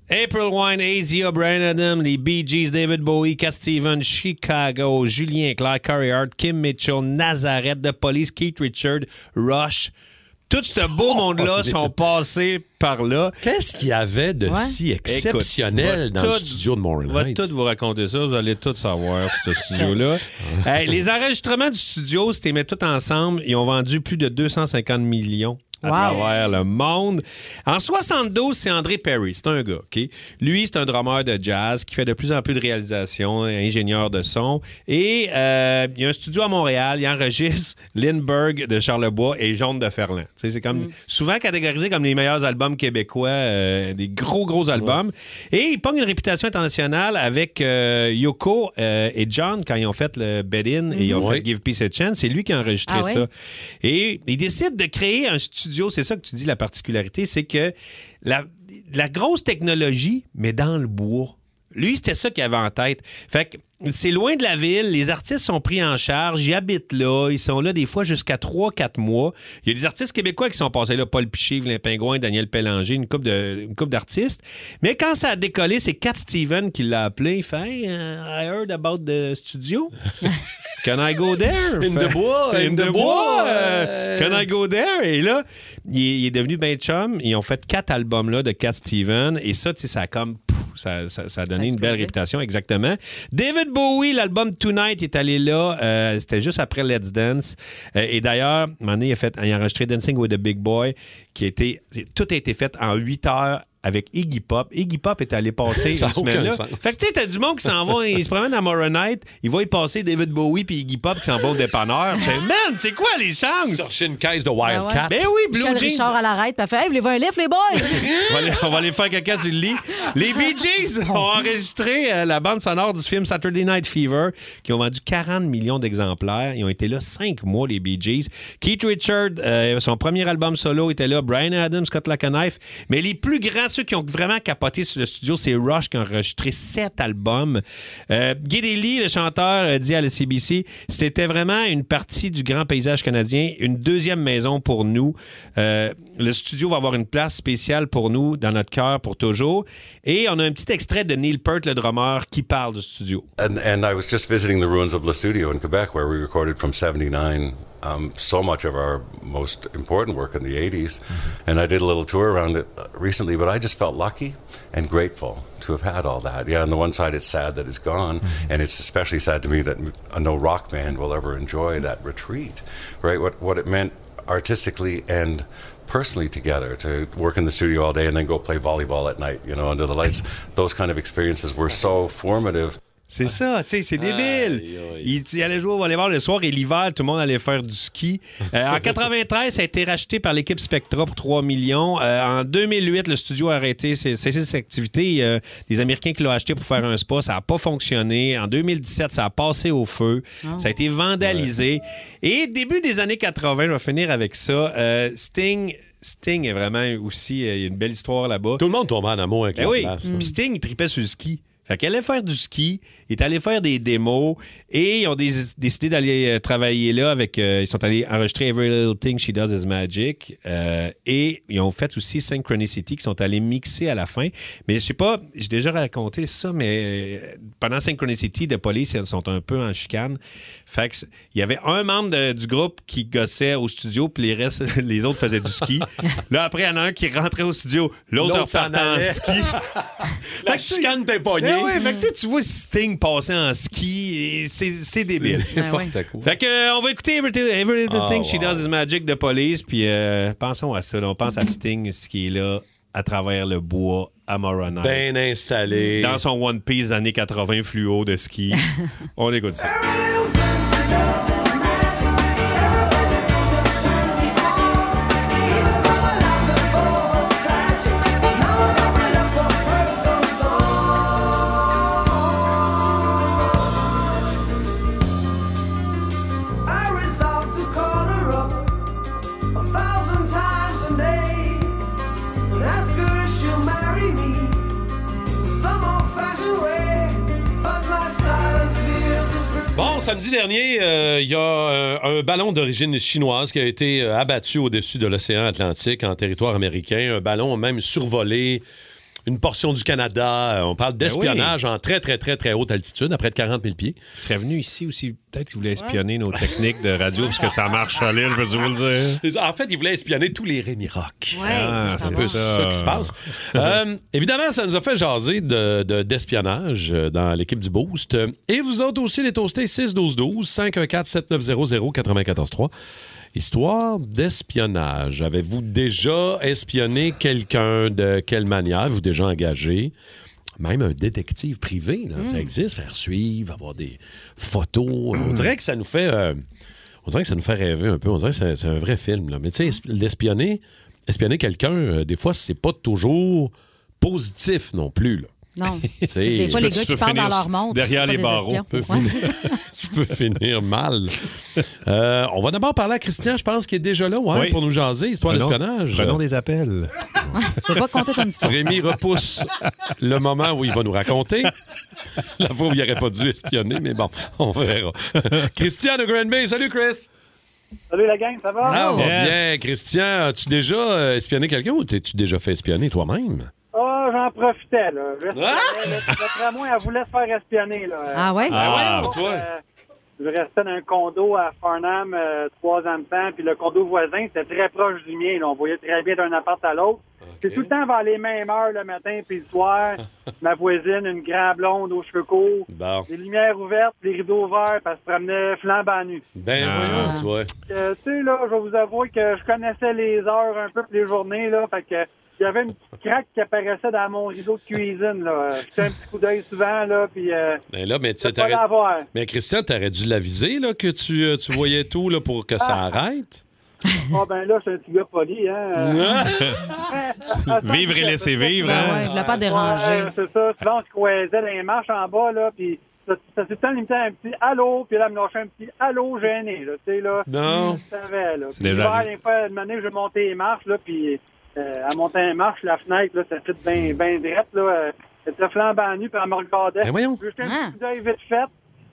April Wine, Asia, Brian Adam, les Bee Gees, David Bowie, Cat Stevens, Chicago, Julien Clerc, Corey Hart, Kim Mitchell, Nazareth, The Police, Keith Richard, Rush. Tout (laughs) ce beau monde-là sont passés par là. Oh, Qu'est-ce qu'il y avait de Ouais. si Écoute, exceptionnel va dans le tout- studio de Montréal? on va tout vous raconter ça, vous allez tout savoir, ce (laughs) studio-là. Hey, les enregistrements du studio, si tu les mets tout ensemble, ils ont vendu plus de 250 millions à Wow. travers le monde. En 72, c'est André Perry, c'est un gars, OK? Lui, c'est un drummer de jazz qui fait de plus en plus de réalisations, un ingénieur de son. Et euh, il y a un studio à Montréal, il enregistre (laughs) Lindbergh de Charlebois et Jaune de Ferland. Tu sais, C'est comme Mm. souvent catégorisé comme les meilleurs albums québécois, euh, des gros, gros albums. Et il pogne une réputation internationale avec euh, Yoko euh, et John quand ils ont fait le Bed-In et ils ont Mhm. fait Give Peace a Chance. C'est lui qui a enregistré Ah ouais? ça. Et il décide de créer un studio. C'est ça que tu dis, la particularité, c'est que la, la grosse technologie, mais dans le bois. Lui, c'était ça qu'il avait en tête. Fait que c'est loin de la ville, les artistes sont pris en charge, ils habitent là, ils sont là des fois jusqu'à 3-4 mois. Il y a des artistes québécois qui sont passés là, Paul Piché, Vlin Pingouin, Daniel Pélanger, une couple de- une couple d'artistes. Mais quand ça a décollé, c'est Cat Steven qui l'a appelé. Il fait Hey, euh, I heard about the studio. Can I go there? In the bois, In, the, bois. euh, Can I go there? Et là, il est, il est devenu ben chum. Ils ont fait quatre albums là, de Cat Steven. Et ça, tu sais, ça a comme. pouf, ça, ça- ça a donné une belle explosé. réputation, exactement. David Bowie, l'album Tonight est allé là. euh, C'était juste après Let's Dance. Euh, et d'ailleurs, à un moment donné, il a, fait, il a enregistré Dancing with a Big Boy, qui a été. Tout a été fait en 8 heures avec Iggy Pop. Iggy Pop est allé (laughs) passer Ça une a aucun semaine là. sens. Fait que tu sais, t'as du monde qui s'en va, ils se promènent à Moronite, ils vont y passer David Bowie puis Iggy Pop qui s'en vont au (laughs) dépanneur. Tu fais, man, c'est quoi les chances? Chercher une caisse de Ah ouais. Wildcat. Ben oui, Blue Michel Jeans. Richard à l'arrêt, puis elle fait Hey, voulez-vous un lift, les boys? (laughs) on, va les, on va les faire caca sur le lit. Les Bee (laughs) Gees ont enregistré euh, la bande sonore du film Saturday Night Fever, qui ont vendu 40 millions d'exemplaires. Ils ont été là cinq mois, les Bee Gees. Keith Richard, euh, son premier album solo était là. Brian Adams, Scott Lackanife. Mais les plus grands, ceux qui ont vraiment capoté sur le studio, c'est Rush qui a enregistré sept albums. Euh, Guy Daly, le chanteur, euh, dit à la CBC, c'était vraiment une partie du grand paysage canadien, une deuxième maison pour nous. Euh, le studio va avoir une place spéciale pour nous, dans notre cœur, pour toujours. Et on a un petit extrait de Neil Peart, le drummer, qui parle du studio. And, and I was just visiting the ruins of Le Studio in Quebec, where we recorded from 79 um, so much of our most important work in the 80s. And I did a little tour around it uh, recently, but I just felt lucky and grateful to have had all that. Yeah, on the one side, it's sad that it's gone, and it's especially sad to me that m- uh, no rock band will ever enjoy that retreat, right? What, what it meant artistically and personally together to work in the studio all day and then go play volleyball at night, you know, under the lights. Those kind of experiences were so formative. C'est ça, tu sais, c'est débile. Il, il allait jouer au volleyball le soir et l'hiver, tout le monde allait faire du ski. Euh, (laughs) en 93, ça a été racheté par l'équipe Spectra pour 3 millions. Euh, en 2008, le studio a arrêté, ses- cessé ses activités. Euh, les Américains qui l'ont acheté pour faire un spa, ça n'a pas fonctionné. En 2017, ça a passé au feu. Ça a été vandalisé. Et début des années 80, je vais finir avec ça, euh, Sting... Sting est vraiment aussi, euh, il y a une belle histoire là-bas. Tout le monde tombe en amour avec la oui. place, Puis là. Sting, il tripait sur le ski. Fait qu'il allait faire du ski, il est allé faire des démos et ils ont dé- décidé d'aller euh, travailler là avec. euh, ils sont allés enregistrer Every Little Thing She Does Is Magic euh, et ils ont fait aussi Synchronicity qui sont allés mixer à la fin. Mais je sais pas, j'ai déjà raconté ça, mais euh, pendant Synchronicity, The Police ils sont un peu en chicane. Fait que c'est- il y avait un membre de- du groupe qui gossait au studio puis les, restes- (laughs) les autres faisaient du (laughs) ski. là, après, il y en a un qui rentrait au studio, l'autre L'autre s'en repartait en allait. ski. La chicane Mm. t'es Eh ouais, fait que tu sais, tu vois Sting passer en ski, et c'est c'est (laughs) débile. C'est n'importe Ben ouais. quoi. Fait que, euh, on va écouter Every, Every Little Ah, Thing She wow. Does Is Magic de Police, puis euh, pensons à ça. là. On pense à Sting, ce qui est là, à travers le bois, à Moronite. Bien installé. Dans son One Piece années 80 fluo de (laughs) ski. on écoute ça. (laughs) I resolved to call her up a thousand times a day and ask her if she'll marry me in some old fashioned way. But my silent fears have (laughs) Bon, samedi dernier, euh, il y a euh, un ballon d'origine chinoise qui a été euh, abattu au-dessus de l'océan Atlantique en territoire américain. Un ballon même survolé une portion du Canada. Euh, On parle Ben d'espionnage en très, très, très, très haute altitude, à près de 40 000 pieds. Il serait venu ici aussi. Peut-être qu'il voulait espionner nos techniques de radio, parce que ça marche à l'île, je peux vous le dire. En fait, il voulait espionner tous les Rémi Rock. Ouais, Ah, ça c'est un va. peu ça qui (laughs) se passe. Euh, évidemment, ça nous a fait jaser de- de- d'espionnage euh, dans l'équipe du Boost. Euh, Et vous autres aussi, les toastés 6-12-12, 514-7900-943. Histoire d'espionnage. Avez-vous déjà espionné quelqu'un? De quelle manière? Avez-vous déjà engagé? Même un détective privé, là, Hmm. ça existe. Faire suivre, avoir des photos. On dirait que ça nous fait... euh, on dirait que ça nous fait rêver un peu. On dirait que c'est- c'est un vrai film. Là. Mais tu sais, esp- l'espionner, espionner quelqu'un, euh, des fois, c'est pas toujours positif non plus. Là. Non. (laughs) Tu sais, Des fois, les tu gars peux- qui tu peux parlent dans finir leur montre. derrière c'est pas les des barreaux. espions. Peut Ouais, c'est ça. (laughs) tu peux finir mal. Euh, on va d'abord parler à Christian, je pense, qui est déjà là ouais, Oui. pour nous jaser, histoire Prenons- d'espionnage. prenons des appels. Tu peux pas compter ton histoire. Rémi repousse le moment où il va nous raconter. La fois où il n'aurait pas dû espionner, mais bon, on verra. Christian de Grand Bay, salut Chris. Salut la gang, ça va? Ah, va bien, Christian. As-tu déjà euh, espionné quelqu'un ou t'es-tu déjà fait espionner toi-même? Ah, j'en profitais, là. J'espérais, là, D'après moi, elle voulait se faire espionner, là. Ah ouais? Ah, Euh, toi. je restais dans un condo à Farnham euh, trois ans de temps, puis le condo voisin, c'était très proche du mien, là. On voyait très bien d'un appart à l'autre. Puis tout le temps vers les mêmes heures, le matin puis le (laughs) soir, ma voisine, une grande blonde aux cheveux courts, Bon. les lumières ouvertes, les rideaux ouverts, puis elle se promenait flambant nu. Ben Ah. voyons, toi. Euh, tu sais, là, je vais vous avouer que je connaissais les heures un peu puis les journées, là. Fait que il y avait une petite craque qui apparaissait dans mon rideau de cuisine, là. Euh, J'étais un petit coup d'œil souvent, là, puis euh, Ben là, mais tu C'est pas t'aurais- l'avoir. Mais Christian, t'aurais dû l'aviser là, que tu, euh, tu voyais tout là, pour que ça arrête. ah ben là, c'est un petit gars poli, hein. Euh, Vivre et laisser vivre, hein? Ben Il voulait pas déranger. Ouais, c'est ça. Souvent, on se croisait dans les marches en bas, là, puis ça, ça s'est tout le temps limité à un petit « allô », puis là, elle me lâchait un petit « allô » gêné, là, tu sais, là. Non. Je savais, là. C'est Puis déjà l'hiver, arrivé. des fois, une manière, je montais les marches, là, puis euh, à monter les marches, la fenêtre, là, ça fit bien ben drette, là. euh, Elle était flambant nue, puis elle me regardait. Ben voyons. Puis j'étais un Hein? petit coup d'œil vite fait.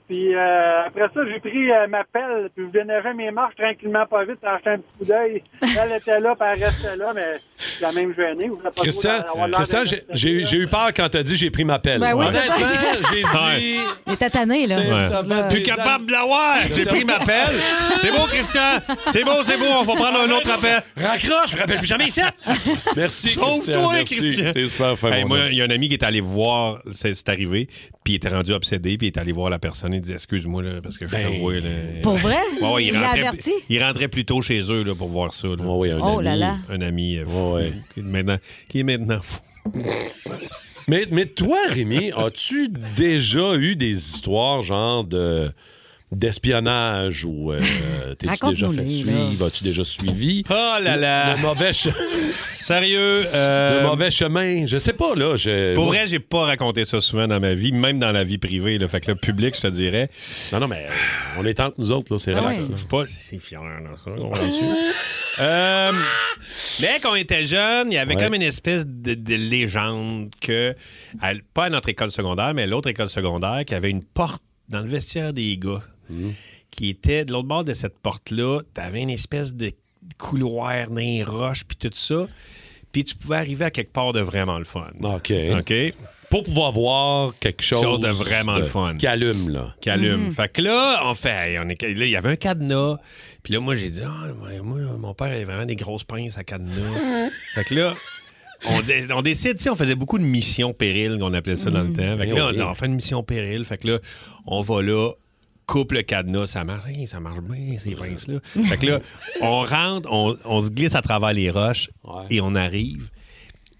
Puis euh, après ça, j'ai pris euh, ma pelle, puis je déneigeais mes marches tranquillement, pas vite, en jetant un petit coup d'œil. Elle était là, puis elle restait là, mais quand même gênée. Vous voulez pas Christian, trop avoir l'air Christian de- j'ai- j'ai j'ai eu peur quand t'as dit j'ai pris ma pelle. Ben oui, c'est ça. Honnêtement, j'ai (laughs) dit. Il était tanné, là. Ouais. Ça va, Plus les capable de l'avoir. J'ai pris ma pelle. C'est bon, Christian. C'est bon, c'est bon. On va prendre un autre appel. Raccroche. Je me rappelle plus jamais ici. Merci, Christian, Sauve-toi, merci. Christian. T'es super fin, Hey, mon moi, homme. il y a un ami qui est allé voir, c'est c'est arrivé, puis il était rendu obsédé, puis il est allé voir la personne. Il dit Excuse-moi, là, parce que je Ben, te vois. là. (laughs) Pour vrai? Ouais, ouais, Il il, l'a rentrait, averti? il rentrait plus tôt chez eux là, pour voir ça. là. un Oh ami- là là. Un ami euh, fou, qui, est maintenant, qui est maintenant fou. Mais, mais toi, Rémi, as-tu déjà eu des histoires genre de d'espionnage ou euh, t'es-tu déjà fait Raconte-nous-les, suivre? As-tu déjà suivi? Oh là là! Le mauvais chemin. (laughs) Sérieux? euh, Le mauvais chemin. Je sais pas, là. Je... Pour vrai, j'ai pas raconté ça souvent dans ma vie, même dans la vie privée. Là. Fait que le public, je te dirais. Non, non, mais euh, on est entre nous autres, là. C'est Ah vrai. relax, là. Je suis pas si fier, là, ça, on va là-dessus. Euh, mais quand on était jeune, il y avait Ouais. comme une espèce de, de légende que, à- pas à notre école secondaire, mais à l'autre école secondaire, qui avait une porte dans le vestiaire des gars, Mm. qui était de l'autre bord de cette porte-là. T'avais une espèce de couloir, d'un roche, puis tout ça. Puis tu pouvais arriver à quelque part de vraiment le fun. OK. OK. Pour pouvoir voir quelque chose, Chose de vraiment le fun. Qui allume, là. qui allume. Mm. Fait que là, on fait, hey, on est, là, il y avait un cadenas. Puis là, moi, j'ai dit, Ah, moi, moi, mon père avait vraiment des grosses pinces à cadenas. fait que là, on, dé- on décide, tu sais, on faisait beaucoup de missions péril, qu'on appelait ça dans le Mm. temps. Fait que Eh là, on oui. dit, on fait une mission péril. Fait que là, on va là, coupe le cadenas, ça marche, Hey, ça marche bien, ces pinces-là. Fait que là, on rentre, on, on se glisse à travers les roches et on arrive.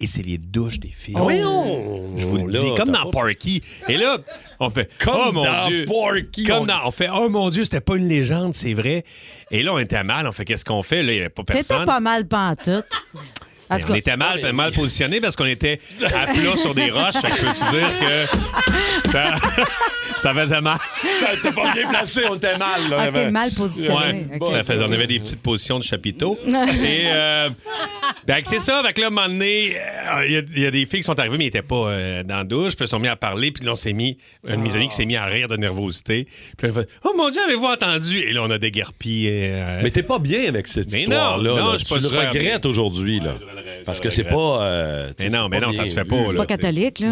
Et c'est les douches des filles. Ah oui, oh! Je vous le Là, dis, comme t'as dans Parky. Et là, on fait Comme oh mon dans Dieu. Porky, Comme on- dans- on fait oh mon Dieu, c'était pas une légende, c'est vrai. Et là, on était mal. On fait qu'est-ce qu'on fait Là, il y avait pas personne. T'étais pas mal pantoute. En Mais tout on cas, était mal, mal positionné parce qu'on était à plat sur des roches. Fait que je peux te dire que ça, (laughs) (laughs) ça faisait mal. Ça était pas bien placé, on était mal, Ah, t'es mal positionné. Ouais, OK. ça faisait- on avait des petites positions de (laughs) chapiteau. Et euh, fait que c'est ça. Fait que là, à un moment donné, euh, il y a- il y, a des filles qui sont arrivées, mais ils n'étaient pas euh, dans la douche. Puis elles sont mis à parler. Puis là, on s'est mis, un de mes amis qui s'est mis à rire de nervosité. Puis là, il fait Oh mon Dieu, avez-vous entendu? Et là, on a déguerpi. euh, Hein? Mais t'es pas bien avec cette Mais non, histoire-là. non, là. je suis tu pas le super regrettes aujourd'hui, là. Parce que c'est pas. euh, tu sais, Mais c'est non, mais pas non, ça bien se fait vu. pas. là. Non, c'est Mais pas catholique. mais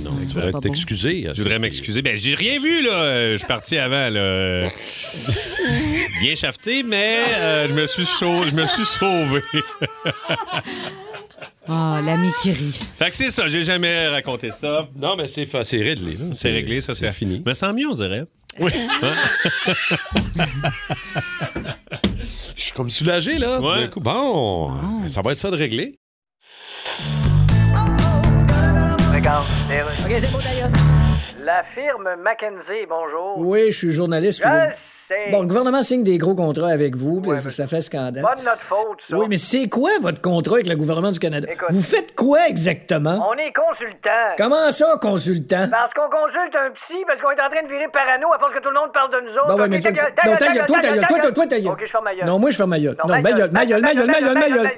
non, tu devrais pas bon. t'excuser. hein, Je voudrais m'excuser. Ben, j'ai rien vu, là. Euh, Je suis parti avant, (laughs) là. Bien shafté, mais euh, je me suis sau- je me suis sauvé. (laughs) Ah, l'ami qui rit. fait que c'est ça, j'ai jamais raconté ça. Non, mais c'est fa- c'est réglé. là. C'est réglé, ça, c'est fini. Me sens mieux, on dirait. (laughs) Oui. (laughs) Hein? Je suis comme soulagé, là. tout Ouais. d'un coup. Bon, ça va être ça de régler. Regarde. OK, c'est beau, d'ailleurs. La firme Mackenzie, bonjour. Oui, je suis journaliste. Je Philippe. sais. Bon, le gouvernement signe des gros contrats avec vous, puis ça fait scandale. Pas de notre faute, ben, ça. Oui, mais c'est quoi votre contrat avec le gouvernement du Canada? vous faites quoi exactement? On est consultant. hein? Comment ça, consultant? Parce qu'on consulte un psy, parce qu'on est en train de virer parano à force que tout le monde parle de nous autres. Bon, ouais, Ok, mais ta tu- gueule, non, gueule, ta gueule, toi, ta gueule, toi, toi, toi, ta gueule. Ok, je ferme ma gueule. Non, moi, je ferme ma gueule. Non, Non, ma ma gueule, gueule, ma gueule, ma gueule, ma gueule, ma gueule. Ce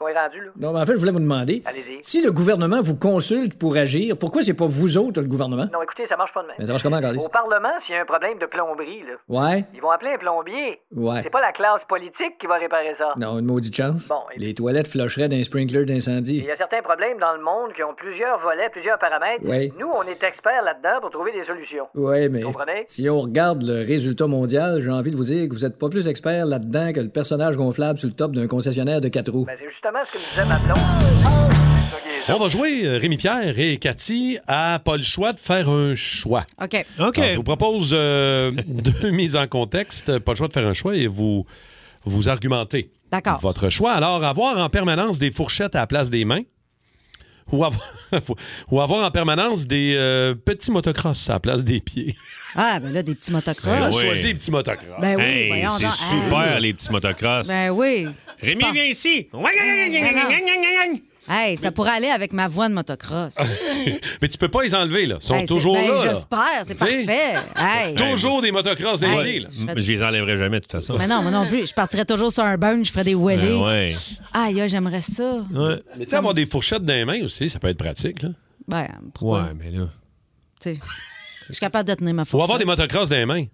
Ah, ben, qu'on est rendu, là. Non, mais en fait, je voulais vous demander, Allez-y. si le gouvernement vous consulte pour agir, pourquoi c'est pas vous autres, le gouvernement? Non, écoutez, ça marche pas de même. Mais ça marche comment, Carlis? Au Parlement, s'il y a un problème de plomberie, là, Ouais? ils vont appeler un plombier. Ouais. C'est pas la classe politique qui va réparer ça. Non, une maudite chance. Bon, Les toilettes flocheraient d'un sprinkler d'incendie. Il y a certains problèmes dans le monde qui ont plusieurs volets, plusieurs paramètres. Oui. Nous, on est experts là-dedans pour trouver des solutions. Ouais, mais Comprenez? si on regarde le résultat mondial, j'ai envie de vous dire que vous êtes pas plus expert là-dedans que le personnage gonflable sur le top d'un concessionnaire de quatre roues. Ben, c'est justement ce que nous disait ma blonde. On va jouer euh, Rémi Pierre et Cathy à pas le choix de faire un choix. OK. Alors, je vous propose euh, (laughs) deux mises en contexte, pas le choix de faire un choix et vous vous argumentez. D'accord. Votre choix. Alors, avoir en permanence des fourchettes à la place des mains ou avoir, (laughs) ou avoir en permanence des euh, petits motocross à la place des pieds. Ah, (laughs) ben là, des petits motocross. Ben, choisis les petits motocross. Ben oui, Hey, voyons c'est donc. super, (laughs) Hey. les petits motocross. Ben oui. Ah, Rémi, viens ici. Hey, ça pourrait aller avec ma voix de motocross. Mais tu peux pas les enlever, là. Ils sont Hey, c'est- toujours ben, là, là. J'espère, c'est T'sais? parfait. Hey. Toujours des motocross des Hey. pieds, là. Je- Ben, Je les enlèverai jamais, de toute façon. (laughs) Mais Ben non, moi non plus. Je partirais toujours sur un burn, je ferais des wheelies. Ben ouais. Aïe, aïe, j'aimerais ça. Mais tu sais, avoir des fourchettes dans les mains aussi, ça peut être pratique, là. Ben, pourquoi? Ouais, mais là. Tu sais, Je suis capable de tenir ma Faut fourchette. avoir des motocross dans les mains.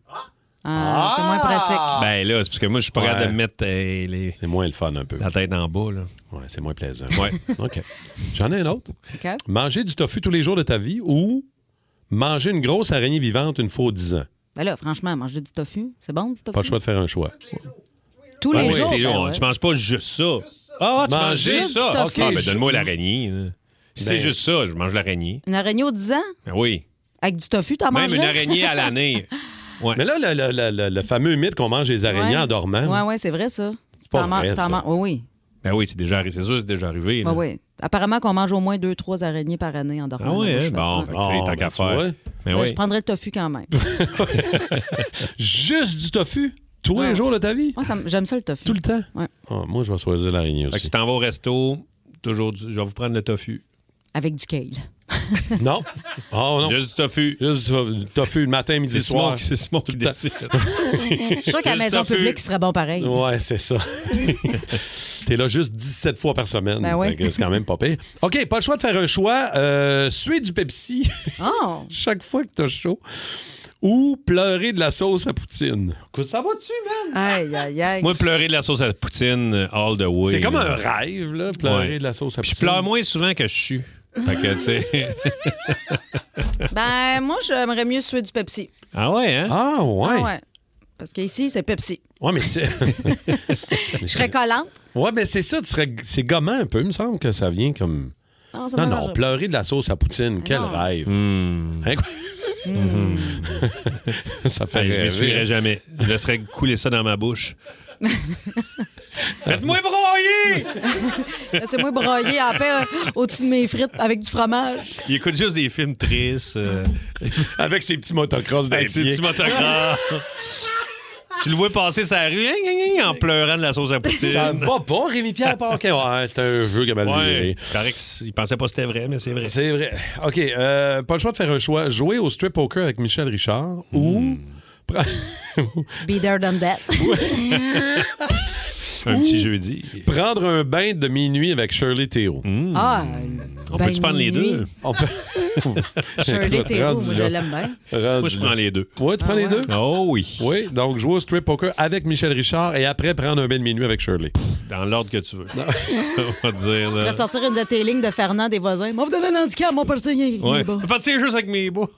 Ah, C'est moins pratique. Ben là, c'est parce que moi, je suis pas Ouais. capable de mettre euh, les- C'est moins le fun un peu. la tête en bas, là. Ouais, c'est moins plaisant. (laughs) Ouais. OK. J'en ai un autre. OK. Manger du tofu tous les jours de ta vie ou manger une grosse araignée vivante une fois aux 10 ans. Ben là, franchement, manger du tofu, c'est bon du tofu? Pas le choix de faire un choix. Tous Ah les oui, jours. t'es- ben on- ouais. Tu manges pas juste ça. Ah, tu Mange manges juste juste ça. du tofu. Ah, ben Je- donne-moi l'araignée. là. Si Ben. c'est juste ça, je mange l'araignée. Une araignée aux 10 ans? Ben oui. Avec du tofu, t'en Même manges une araignée à (laughs) l'année. Mais là, Ah, le, le- le- le- le fameux mythe qu'on mange des araignées (laughs) Ouais. en dormant, Oui, oui, c'est vrai, ça. C'est pas vrai, ça. Oui, oui. Ben oui, c'est déjà arrivé. C'est sûr, c'est déjà arrivé. là. Ben oui. Apparemment qu'on mange au moins deux, trois araignées par année en dormant. Ah oui, Moi, je hein? fais- bon, Ouais. fait que, tu sais, tant qu'à faire. Ben Euh, oui. Je prendrais le tofu quand même. (laughs) Juste du tofu? Tous les jours de ta vie? Ah. Moi, ça me- j'aime ça le tofu. Tout le temps? Ouais. Ah, moi, je vais choisir l'araignée Fait que aussi. tu t'en vas au resto, toujours du- je vais vous prendre le tofu. Avec du (laughs) kale. Non. Oh non. Juste du tofu. Juste du tofu le matin, midi, C'est Simon soir. qui- c'est Simon qui (laughs) décide. (laughs) Je suis sûr qu'à la Juste maison tofu. publique, ce serait bon pareil. Ouais, c'est (laughs) ça. T'es là juste 17 fois par semaine. Ben oui. Fait que C'est quand même pas pire. OK, pas le choix de faire un choix. Euh, suer du Pepsi (laughs) Oh! chaque fois que t'as chaud. Ou pleurer de la sauce à poutine. Écoute, Ça va-tu, man? Aïe, aïe, aïe. Moi, pleurer de la sauce à la poutine euh, all the way. C'est comme là. un rêve, là, pleurer Ouais. de la sauce à Puis poutine. je pleure moins souvent que je suis. Fait que, tu (laughs) sais. Ben, moi, j'aimerais mieux suer du Pepsi. ah ouais, hein? Ah ouais. Ah ouais. Parce qu'ici, c'est Pepsi. Ouais, mais (laughs) c'est. Je serais collante. Ouais, mais c'est ça, tu serais... c'est gommant un peu. Il me semble que ça vient comme. Non, Ah, ça non, me non, mange. pleurer de la sauce à poutine, quel non. Hmm. rêve. Hmm. Incroyable. (laughs) (laughs) ça fait Hey, je rêver. m'essuierai jamais. Je laisserai couler ça dans ma bouche. Faites-moi (laughs) broyer! Laissez-moi broyer en paix euh, au-dessus de mes frites avec du fromage. Il écoute juste des films tristes. euh, Avec ses petits motocross dans avec ses petits motocross. Tu le vois passer sa rue hein, hein, hein, en pleurant de la sauce à poutine. Ah. Ça va pas, Rémi-Pierre Paquet. Ouais, c'est un jeu qui a mal viré. Ouais, correct. Il pensait pas que c'était vrai, mais c'est vrai. C'est vrai. OK, euh, pas le choix de faire un choix. Jouer au strip poker avec Michel Richard Hmm. ou... Be there than (laughs) that. Un petit jeudi. Hmm. Prendre un bain de minuit avec Shirley Théo. Ah, On ben, peut-tu prendre les minuit. deux? On peut... (laughs) Shirley Écoute, Théo, rendu moi, je là. l'aime bien. Ah Moi, je prends les deux. Ouais, tu prends les deux? Oh oui. Oui, donc jouer au strip poker avec Michel Richard et après prendre un bain de minuit avec Shirley. Dans l'ordre que tu veux. (laughs) On va te dire. Je là. pourrais sortir une de tes lignes de Fernand des voisins. Moi, vous donnez un handicap, mon personnel. Ouais. Bon. Je vais partir juste avec mes bas.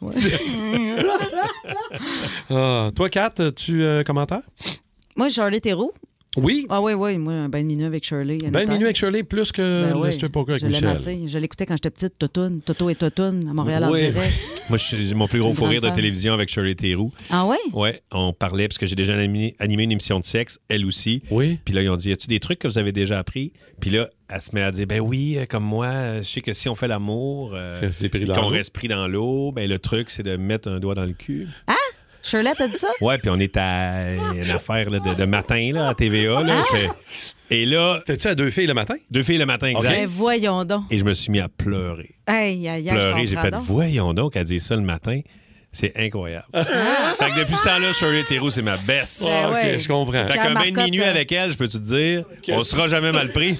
Ah, toi, Kat, tu euh, commentaire? Moi, Shirley Théo. Oui. Ah oui, oui, moi, un bain de minuit avec Shirley. Bain de Ben anytime. minuit Ben, avec Shirley plus que Ben le oui, strip poker avec je l'aime Michel. assez. Je l'écoutais quand j'étais petite, Totoun, Toto et Totoun, à Montréal Oui. en direct. Moi, je suis- mon plus gros Une fou rire grande de fan. télévision avec Shirley Theroux. Ah ouais? Ouais, on parlait, parce que j'ai déjà animé, animé une émission de sexe, elle aussi. Oui. Puis là, ils ont dit, y a-tu des trucs que vous avez déjà appris? Puis là, elle se met à dire, ben oui, euh, comme moi, euh, je sais que si on fait l'amour, euh, Que c'est pris puis dans qu'on l'eau. reste pris dans l'eau, ben le truc, c'est de mettre un doigt dans le cul. Shirley, t'as dit ça? Ouais, puis on est à une affaire là, de, de matin, là, à TVA, Ah! là. Je fais- Et là... C'était-tu à deux filles le matin? Deux filles le matin, exact. Ben voyons donc. Et je me suis mis à pleurer. Aïe, aïe, aïe, pleurer. je J'ai comprends fait, donc. voyons donc, elle dit ça le matin. C'est incroyable. fait que depuis ce temps-là, Shirley Theroux, c'est ma best. Ben Ah, ok, ouais. je comprends. Fait Pierre qu'un bain de Marcotte, minuit euh, avec elle, je peux te dire, on sera jamais mal pris.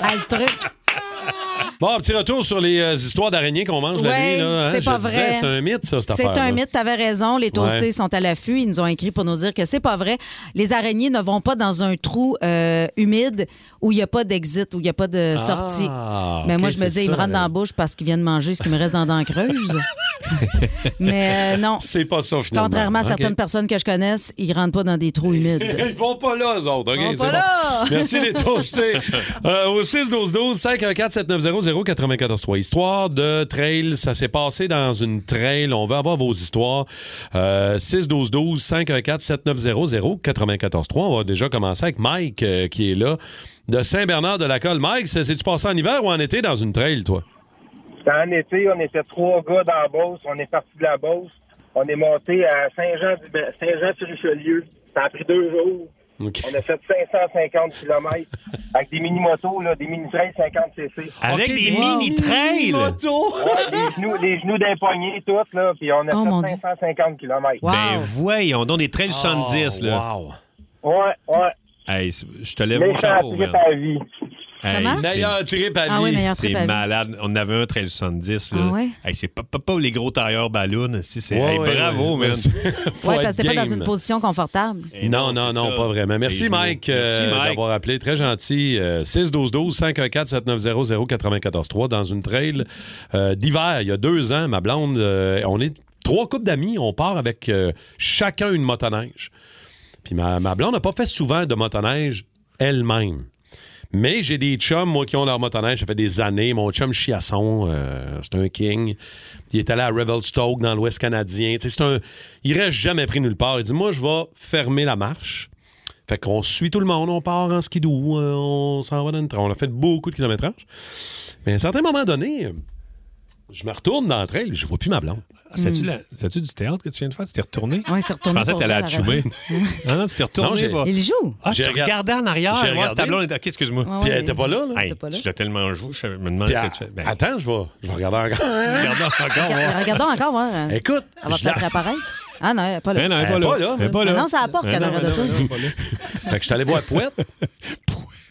Ah, le truc. (laughs) Bon, un petit retour sur les euh, histoires d'araignées qu'on mange la Ouais, nuit. là, hein? c'est Je pas disais, vrai. C'est un mythe, ça, cette C'est affaire-là. (laughs) un mythe, t'avais raison. Les toastés Ouais. sont à l'affût. Ils nous ont écrit pour nous dire que c'est pas vrai. Les araignées ne vont pas dans un trou euh, humide où il n'y a pas d'exit, où il n'y a pas de sortie. Ah, Mais ok, moi, je c'est me dis, ça, ils me rentrent la dans la bouche parce qu'ils viennent manger ce qui me reste dans (laughs) la dent creuse. Mais euh, non. C'est pas ça, finalement. Contrairement à Ok. certaines personnes que je connaisse, ils rentrent pas dans des trous humides. Ils vont pas là, eux autres. OK, Ils vont c'est pas bon. là. (laughs) Merci, les toastés. Euh, au 6-12-12-514-790-094-3. Histoire de trail, ça s'est passé dans une trail. On veut avoir vos histoires. Euh, 6-12-12-514-790-094-3. On va déjà commencer avec Mike, euh, qui est là, de Saint-Bernard-de-la-Colle. Mike, c'est- c'est-tu passé en hiver ou en été dans une trail, toi? C'était en été, on était trois gars dans la Beauce. On est parti de la Beauce. On est monté à Saint-Jean-sur-Richelieu. Ça a pris deux jours. On a fait 550 km avec des mini-motos, là, des mini-trails 50 cc. Avec des mini-trails? Ouais, les genoux, les genoux d'un poignet, tout, là. Puis on a Oh, mon fait Dieu. 550 km. Ben voyons donc, des 13 70, là. Ah, Wow. Ouais, ouais. Hey, c'est- je te lève Mais mon ça a chapeau, pris man. ta vie. Hey, Comment? c'est- Meilleur trip à Ah oui, vie. meilleur trip à C'est vie. malade. On avait un 1370, là. Ah ouais? Hey, c'est pas, pas- pas les gros tailleurs ballons. Si, c'est... Ouais, hey, ouais, bravo, ouais. man. (laughs) (laughs) Faut être Oui, parce que t'es pas dans game. une position (laughs) confortable. Hey, non, non, Eh c'est non, ça. pas vraiment. Merci, Les Mike, genoux. Merci, euh, Mike. d'avoir appelé. Très gentil. Euh, 612-12-514-790-094-3 dans une trail euh, d'hiver. Il y a deux ans, ma blonde, euh, on est trois couples d'amis. On part avec euh, chacun une motoneige. Puis ma, ma blonde n'a pas fait souvent de motoneige elle-même. Mais j'ai des chums, moi, qui ont leur motoneige, ça fait des années. Mon chum Chiasson, euh, c'est un king. Il est allé à Revelstoke, dans l'Ouest canadien. Tu sais, C'est un... Il reste jamais pris nulle part. Il dit, moi, je vais fermer la marche. Fait qu'on suit tout le monde, on part en skidoo, euh, on s'en va dans le train. On a fait beaucoup de kilométrage. Mais à un certain moment donné, euh, je me retourne dans le train, je vois plus ma blonde. Ah, C'est-tu la- c'est-tu du théâtre que tu viens de faire? Tu t'es retourné? Ah Oui, c'est Je retourné. pensais que pour t'allais vrai, à la Choumé. (laughs) non, non, tu t'es Non, retourné. j'ai- va. Il joue. Ah, tu J'ai regard- regardais en arrière. hein, J'ai Ouais, regardé. ce tableau est. OK, excuse-moi. Ouais, Puis elle ouais. était pas là, là. Elle Hey, était pas là. Je l'ai tellement joué, je me demande Puis ce à- que tu fais. Ben, Attends, je vais, je vais regarder encore. (laughs) Regarde encore. Regarde- ouais. Regardons encore voir. hein. Écoute, Elle va je la- peut-être apparaître. Ah non, elle n'est pas là. Ben non, elle est pas là. Elle est pas là. Ah Non, ça apporte Ben qu'elle non, aurait ben non, de tout. ben non, elle est (laughs) Fait que je suis allé voir Pouette.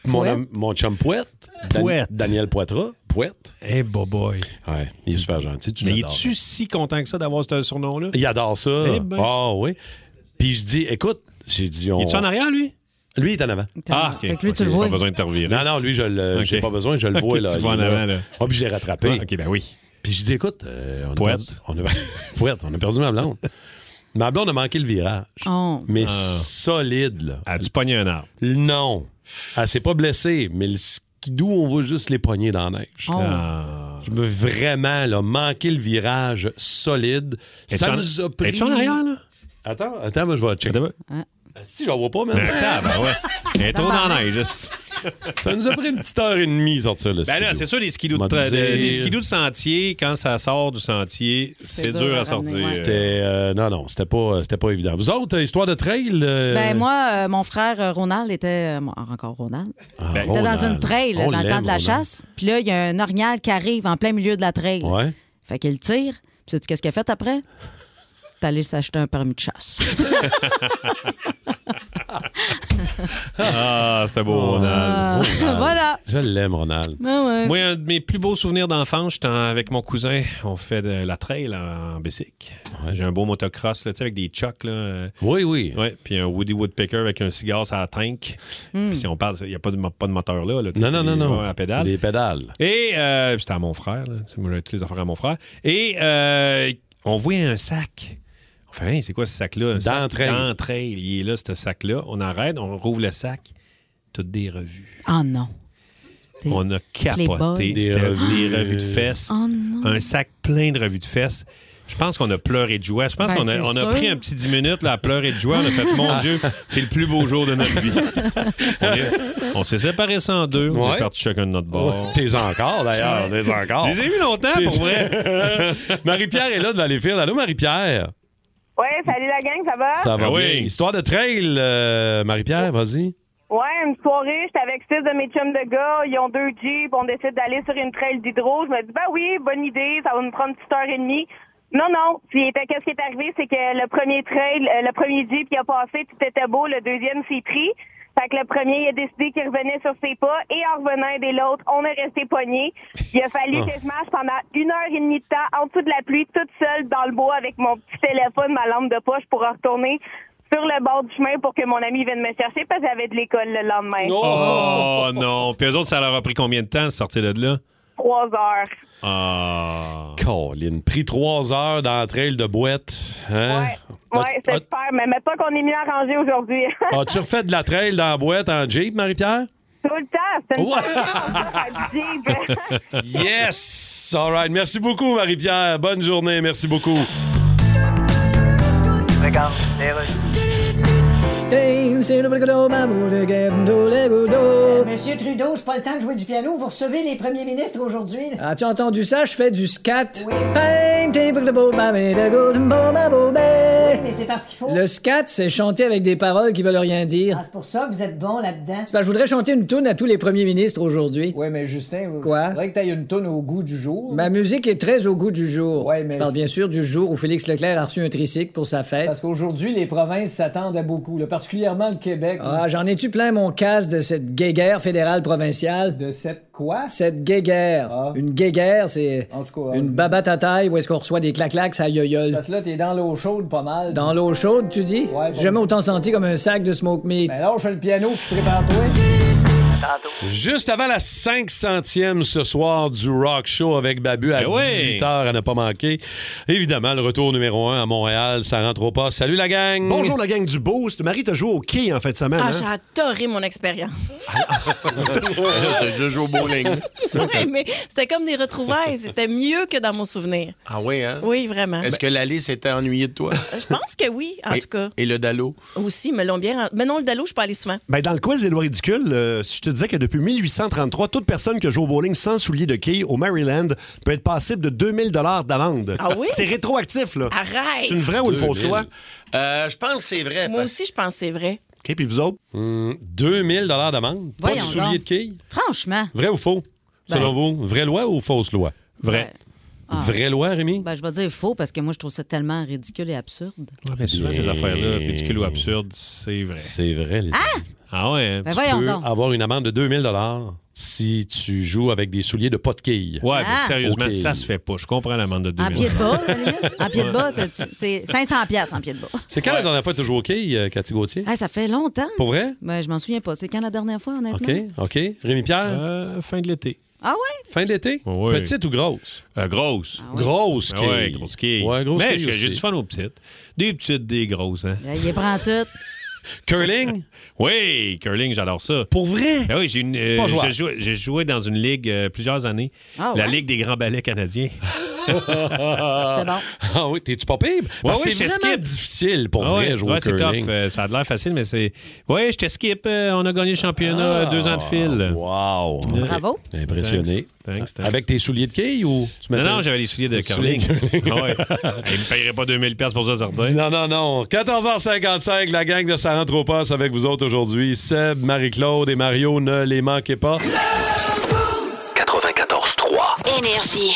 Mon, homme- mon chum Pouette. Dan- Pouette. Daniel Poitras. Pouette. Eh, boboy. Ouais, il est super gentil. Tu Mais l'adores. es-tu si content que ça d'avoir ce surnom-là? Il adore ça. Ah Eh ben. oui. Puis je dis, écoute, j'ai dit... On... Il est-tu en arrière, lui? Lui, il est en avant. est en Ah, avant. ok. Fait que lui, tu Ok, le j'ai vois. pas besoin de te revirer. Non, non, lui, je le, Ok. j'ai pas besoin, je le Ok, vois. Là, tu le Il vois en est avant, là. Ah, puis je l'ai rattrapé. Ouais, ok, ben oui. Puis je dis, écoute, euh, on, a Poète. perdu, on, a, Poète, on a perdu ma blonde. ma blonde a manqué le virage. Oh. Mais Ah. solide, là. As-tu pogné un arbre? Non. Elle s'est pas blessée, mais le skidou, on va juste les pogner dans la neige. Oh. Je veux vraiment là, manquer le virage solide. Es-tu Ça en- nous a pris. Es-tu en arrière, là? Attends, attends, moi, je vais checker. Ah, Si, je la vois pas, même. Attends, ben ouais. Elle est trop dans la neige. Ça nous a pris une petite heure et demie sortir le Ben là, skidoo. c'est sûr, les skidoux de, M'a tra- dit- de- des skidoo de sentier, quand ça sort du sentier, c'est dur à sortir. C'était euh, non non, c'était pas euh, c'était pas évident. Vous autres euh, histoire de trail euh, Ben moi, euh, mon frère euh, Ronald était. euh, encore Ronald. Ah, Ben, Il était dans Ronald. une trail On dans le temps l'aime, de la Ronald. chasse. Puis là, il y a un orignal qui arrive en plein milieu de la trail. Ouais. Fait qu'il tire. Puis sais-tu qu'est-ce qu'il a fait après? T'es allé s'acheter un permis (laughs) de chasse. ah, c'était beau, Ah. Ronald. Ronald. Voilà. Je l'aime Ronald. Ah Ben ouais. Moi, un de mes plus beaux souvenirs d'enfance, j'étais en- avec mon cousin, on fait de la trail en, en bicycle. J'ai un beau motocross, là, tu sais, avec des chocs. Là. euh. Oui, oui. Ouais, puis un Woody Woodpecker avec un cigare sur la tank. Mm. Puis si on parle, il n'y a pas de, mo- pas de moteur là. là, tu sais, Non, non, c'est non, des- non. ouais, à C'est pédale. des pédales. Et euh, puis c'était à mon frère. Là. Tu sais, Moi, j'avais tous les affaires à mon frère. Et euh, on voyait un sac. On fait, Hein, c'est quoi ce sac-là? Un sac trail. trail. Il est là, ce sac-là. On arrête, on rouvre le sac. Toutes des revues. Ah non. Des on a capoté. Des, Playboy. Des revues. revues. des revues de fesses. Oh non. un sac plein de revues de fesses. Je pense qu'on a pleuré de joie. Je pense Ben, qu'on a, c'est on a sûr. Ah. pris un petit 10 minutes là, à pleurer de joie. On a fait, mon Dieu, c'est le plus beau jour de notre (laughs) vie. On est- on s'est séparés ça en deux. On Ouais. est partis chacun de notre bord. Ouais, Oh, T'es encore d'ailleurs, t'es encore. (laughs) (laughs) Je les ai mis longtemps, T'es- pour (laughs) vrai. Marie-Pierre est là de Valleyfield. Allô Marie-Pierre. Ouais, salut la gang, ça va? Ah. Ça Ben va bien. Histoire de trail euh, Marie-Pierre, vas-y. Ouais, une soirée, j'étais avec six de mes chums de gars, ils ont deux jeeps, on décide d'aller sur une trail d'hydro. Je me dis, ben oui, bonne idée, ça va nous prendre une petite heure et demie. Non, non, puis était- qu'est-ce qui est arrivé, c'est que le premier trail, euh, le premier jeep, il a passé, tout était beau, le deuxième s'est pris. Fait que le premier, il a décidé qu'il revenait sur ses pas, et en revenant des l'autre, on est resté poignés. Il a fallu Ah. que je marche pendant une heure et demie de temps, en dessous de la pluie, toute seule, dans le bois, avec mon petit téléphone, ma lampe de poche, pour en retourner sur le bord du chemin pour que mon ami vienne me chercher parce que j'avais de l'école le lendemain. Oh non. Puis eux autres, ça leur a pris combien de temps de sortir de là? Trois heures. Ah. Colin, pris trois heures dans le trail de boîte. Hein? Ouais, c'était super, mais mais pas qu'on est mis à ranger aujourd'hui. (laughs) As-tu refait de la trail dans la boîte en Jeep, Marie-Pierre? Tout le temps, c'était une Ouais. soirée, on dit, ben, Yes! All right. Merci beaucoup, Marie-Pierre. Bonne journée. Merci beaucoup. Regarde, les Monsieur Trudeau, c'est pas le temps de jouer du piano. Vous recevez les premiers ministres aujourd'hui. là. As-tu entendu ça? Je fais du scat. Oui, mais c'est parce qu'il Oh. faut. Ah. Le scat, c'est chanter avec des paroles qui veulent rien dire. Ah, c'est pour ça que vous êtes bon là-dedans. C'est parce que je voudrais chanter une toune à tous les premiers ministres aujourd'hui. Ouais, mais Justin, Quoi? faudrait que t'ailles une toune au goût du jour. Ma musique est très au goût du jour. Ouais, mais Je parle c'est- bien sûr du jour où Félix Leclerc a reçu un tricycle pour sa fête. Parce qu'aujourd'hui, les provinces s'attendent à beaucoup, là, particulièrement le Québec. Ah, j'en ai-tu plein mon casse de cette guéguerre fédérale provinciale? De cette quoi? Cette guéguerre. Une guéguerre, c'est Ah. En tout cas, une babate à taille où est-ce qu'on reçoit des clac-clacs à yoyole. parce que là, t'es dans l'eau chaude pas mal. Dans l'eau chaude, tu dis? Ouais, J'ai jamais autant senti comme un sac de smoke meat. Ben lâche le piano puis prépare-toi. tantôt. Juste avant la 500e ce soir du Rock Show avec Babu à Eh oui. 18h à ne pas manquer. Évidemment, le retour numéro 1 à Montréal, ça rentre au pas. Salut la gang! (laughs) Bonjour la gang du Boost. Marie, t'as joué au quai en fin de Ben, semaine. Ah, hein? j'ai adoré mon (laughs) expérience. Là, t'as déjà joué au bowling. Ben, Ouais, mais c'était comme des retrouvailles. C'était mieux que dans mon souvenir. Ah oui, hein? Oui, vraiment. Ben, Est-ce que l'allée s'était ennuyée de (laughs) toi? Je pense que oui, en et, tout cas. Et le dallo? Aussi, ils me l'ont bien. Mais non, le Dalo, je peux aller souvent. Ben, dans le quiz des lois ridicules, euh, si je te disais que depuis 1833, toute personne qui joue au bowling sans souliers de quai au Maryland peut être passible de 2000 d'amende. Ah oui? C'est rétroactif, là. Arrête! C'est une vraie ou une fausse loi? Euh, je pense que c'est vrai. Moi aussi, je pense que c'est vrai. OK, puis vous autres? Hmm, 2000 d'amende? Pas de Voyons souliers donc. de quille? Franchement. Vrai ou faux? Ben. Selon vous, vraie loi ou fausse loi? Vrai. Ah. Vraie loi, Rémi? Ben, je vais dire faux parce que moi, je trouve ça tellement ridicule et absurde. mais souvent, ces affaires-là, ridicules ou absurdes, c'est vrai. C'est vrai, les Ah ouais? Ben tu voyons peux donc. avoir une amende de 2000 si tu joues avec des souliers de pas de quille. Ouais, Ah! mais sérieusement, Ok. ça se fait pas. Je comprends l'amende de 2000 En pied de bas, à la limite. En pied de bas, t'as- tu- c'est 500 pièces en pied de bas. C'est quand la dernière fois que tu as joué au quille, euh, Cathy Gauthier? Hey, ça fait longtemps. Pour vrai? Ben, je m'en souviens pas. C'est quand la dernière fois, honnêtement? OK, OK. Rémi-Pierre? Euh, fin de l'été. Ah ouais? Fin de l'été? Petite ou grosse? Euh, grosse. Grosse Ah quille. ouais, grosse quille. Ouais, grosse Mais quille j'ai- j'ai aussi. du fun aux petites. Des petites, des grosses. Hein? Ben, Il est prend tout. Curling? (laughs) oui, curling, j'adore ça. Pour vrai? Ben oui, j'ai une, euh, Pas jouable. j'ai joué, j'ai joué dans une ligue euh, plusieurs années. Ah La ouais? Ligue des grands ballets canadiens. c'est bon. Ah oui, t'es-tu pas pire? Parce que c'est vraiment difficile pour vrai jouer au c'est curling. tough. Euh, ça a de l'air facile, mais c'est. Oui, je te skip. Euh, on a gagné le championnat Ah, deux ans de fil. Wow. Bravo. Impressionné. Avec tes souliers de quille ou tu Non, mettais- non, j'avais les souliers de Les curling. souliers de Ah (laughs) ouais. (laughs) Il me paierait pas 2000$ piastres pour ça, certain. Non, non, non. 14h55, la gang de Ça rentre au poste avec vous autres aujourd'hui. Seb, Marie-Claude et Mario, ne les manquez pas. 94.3. Énergie.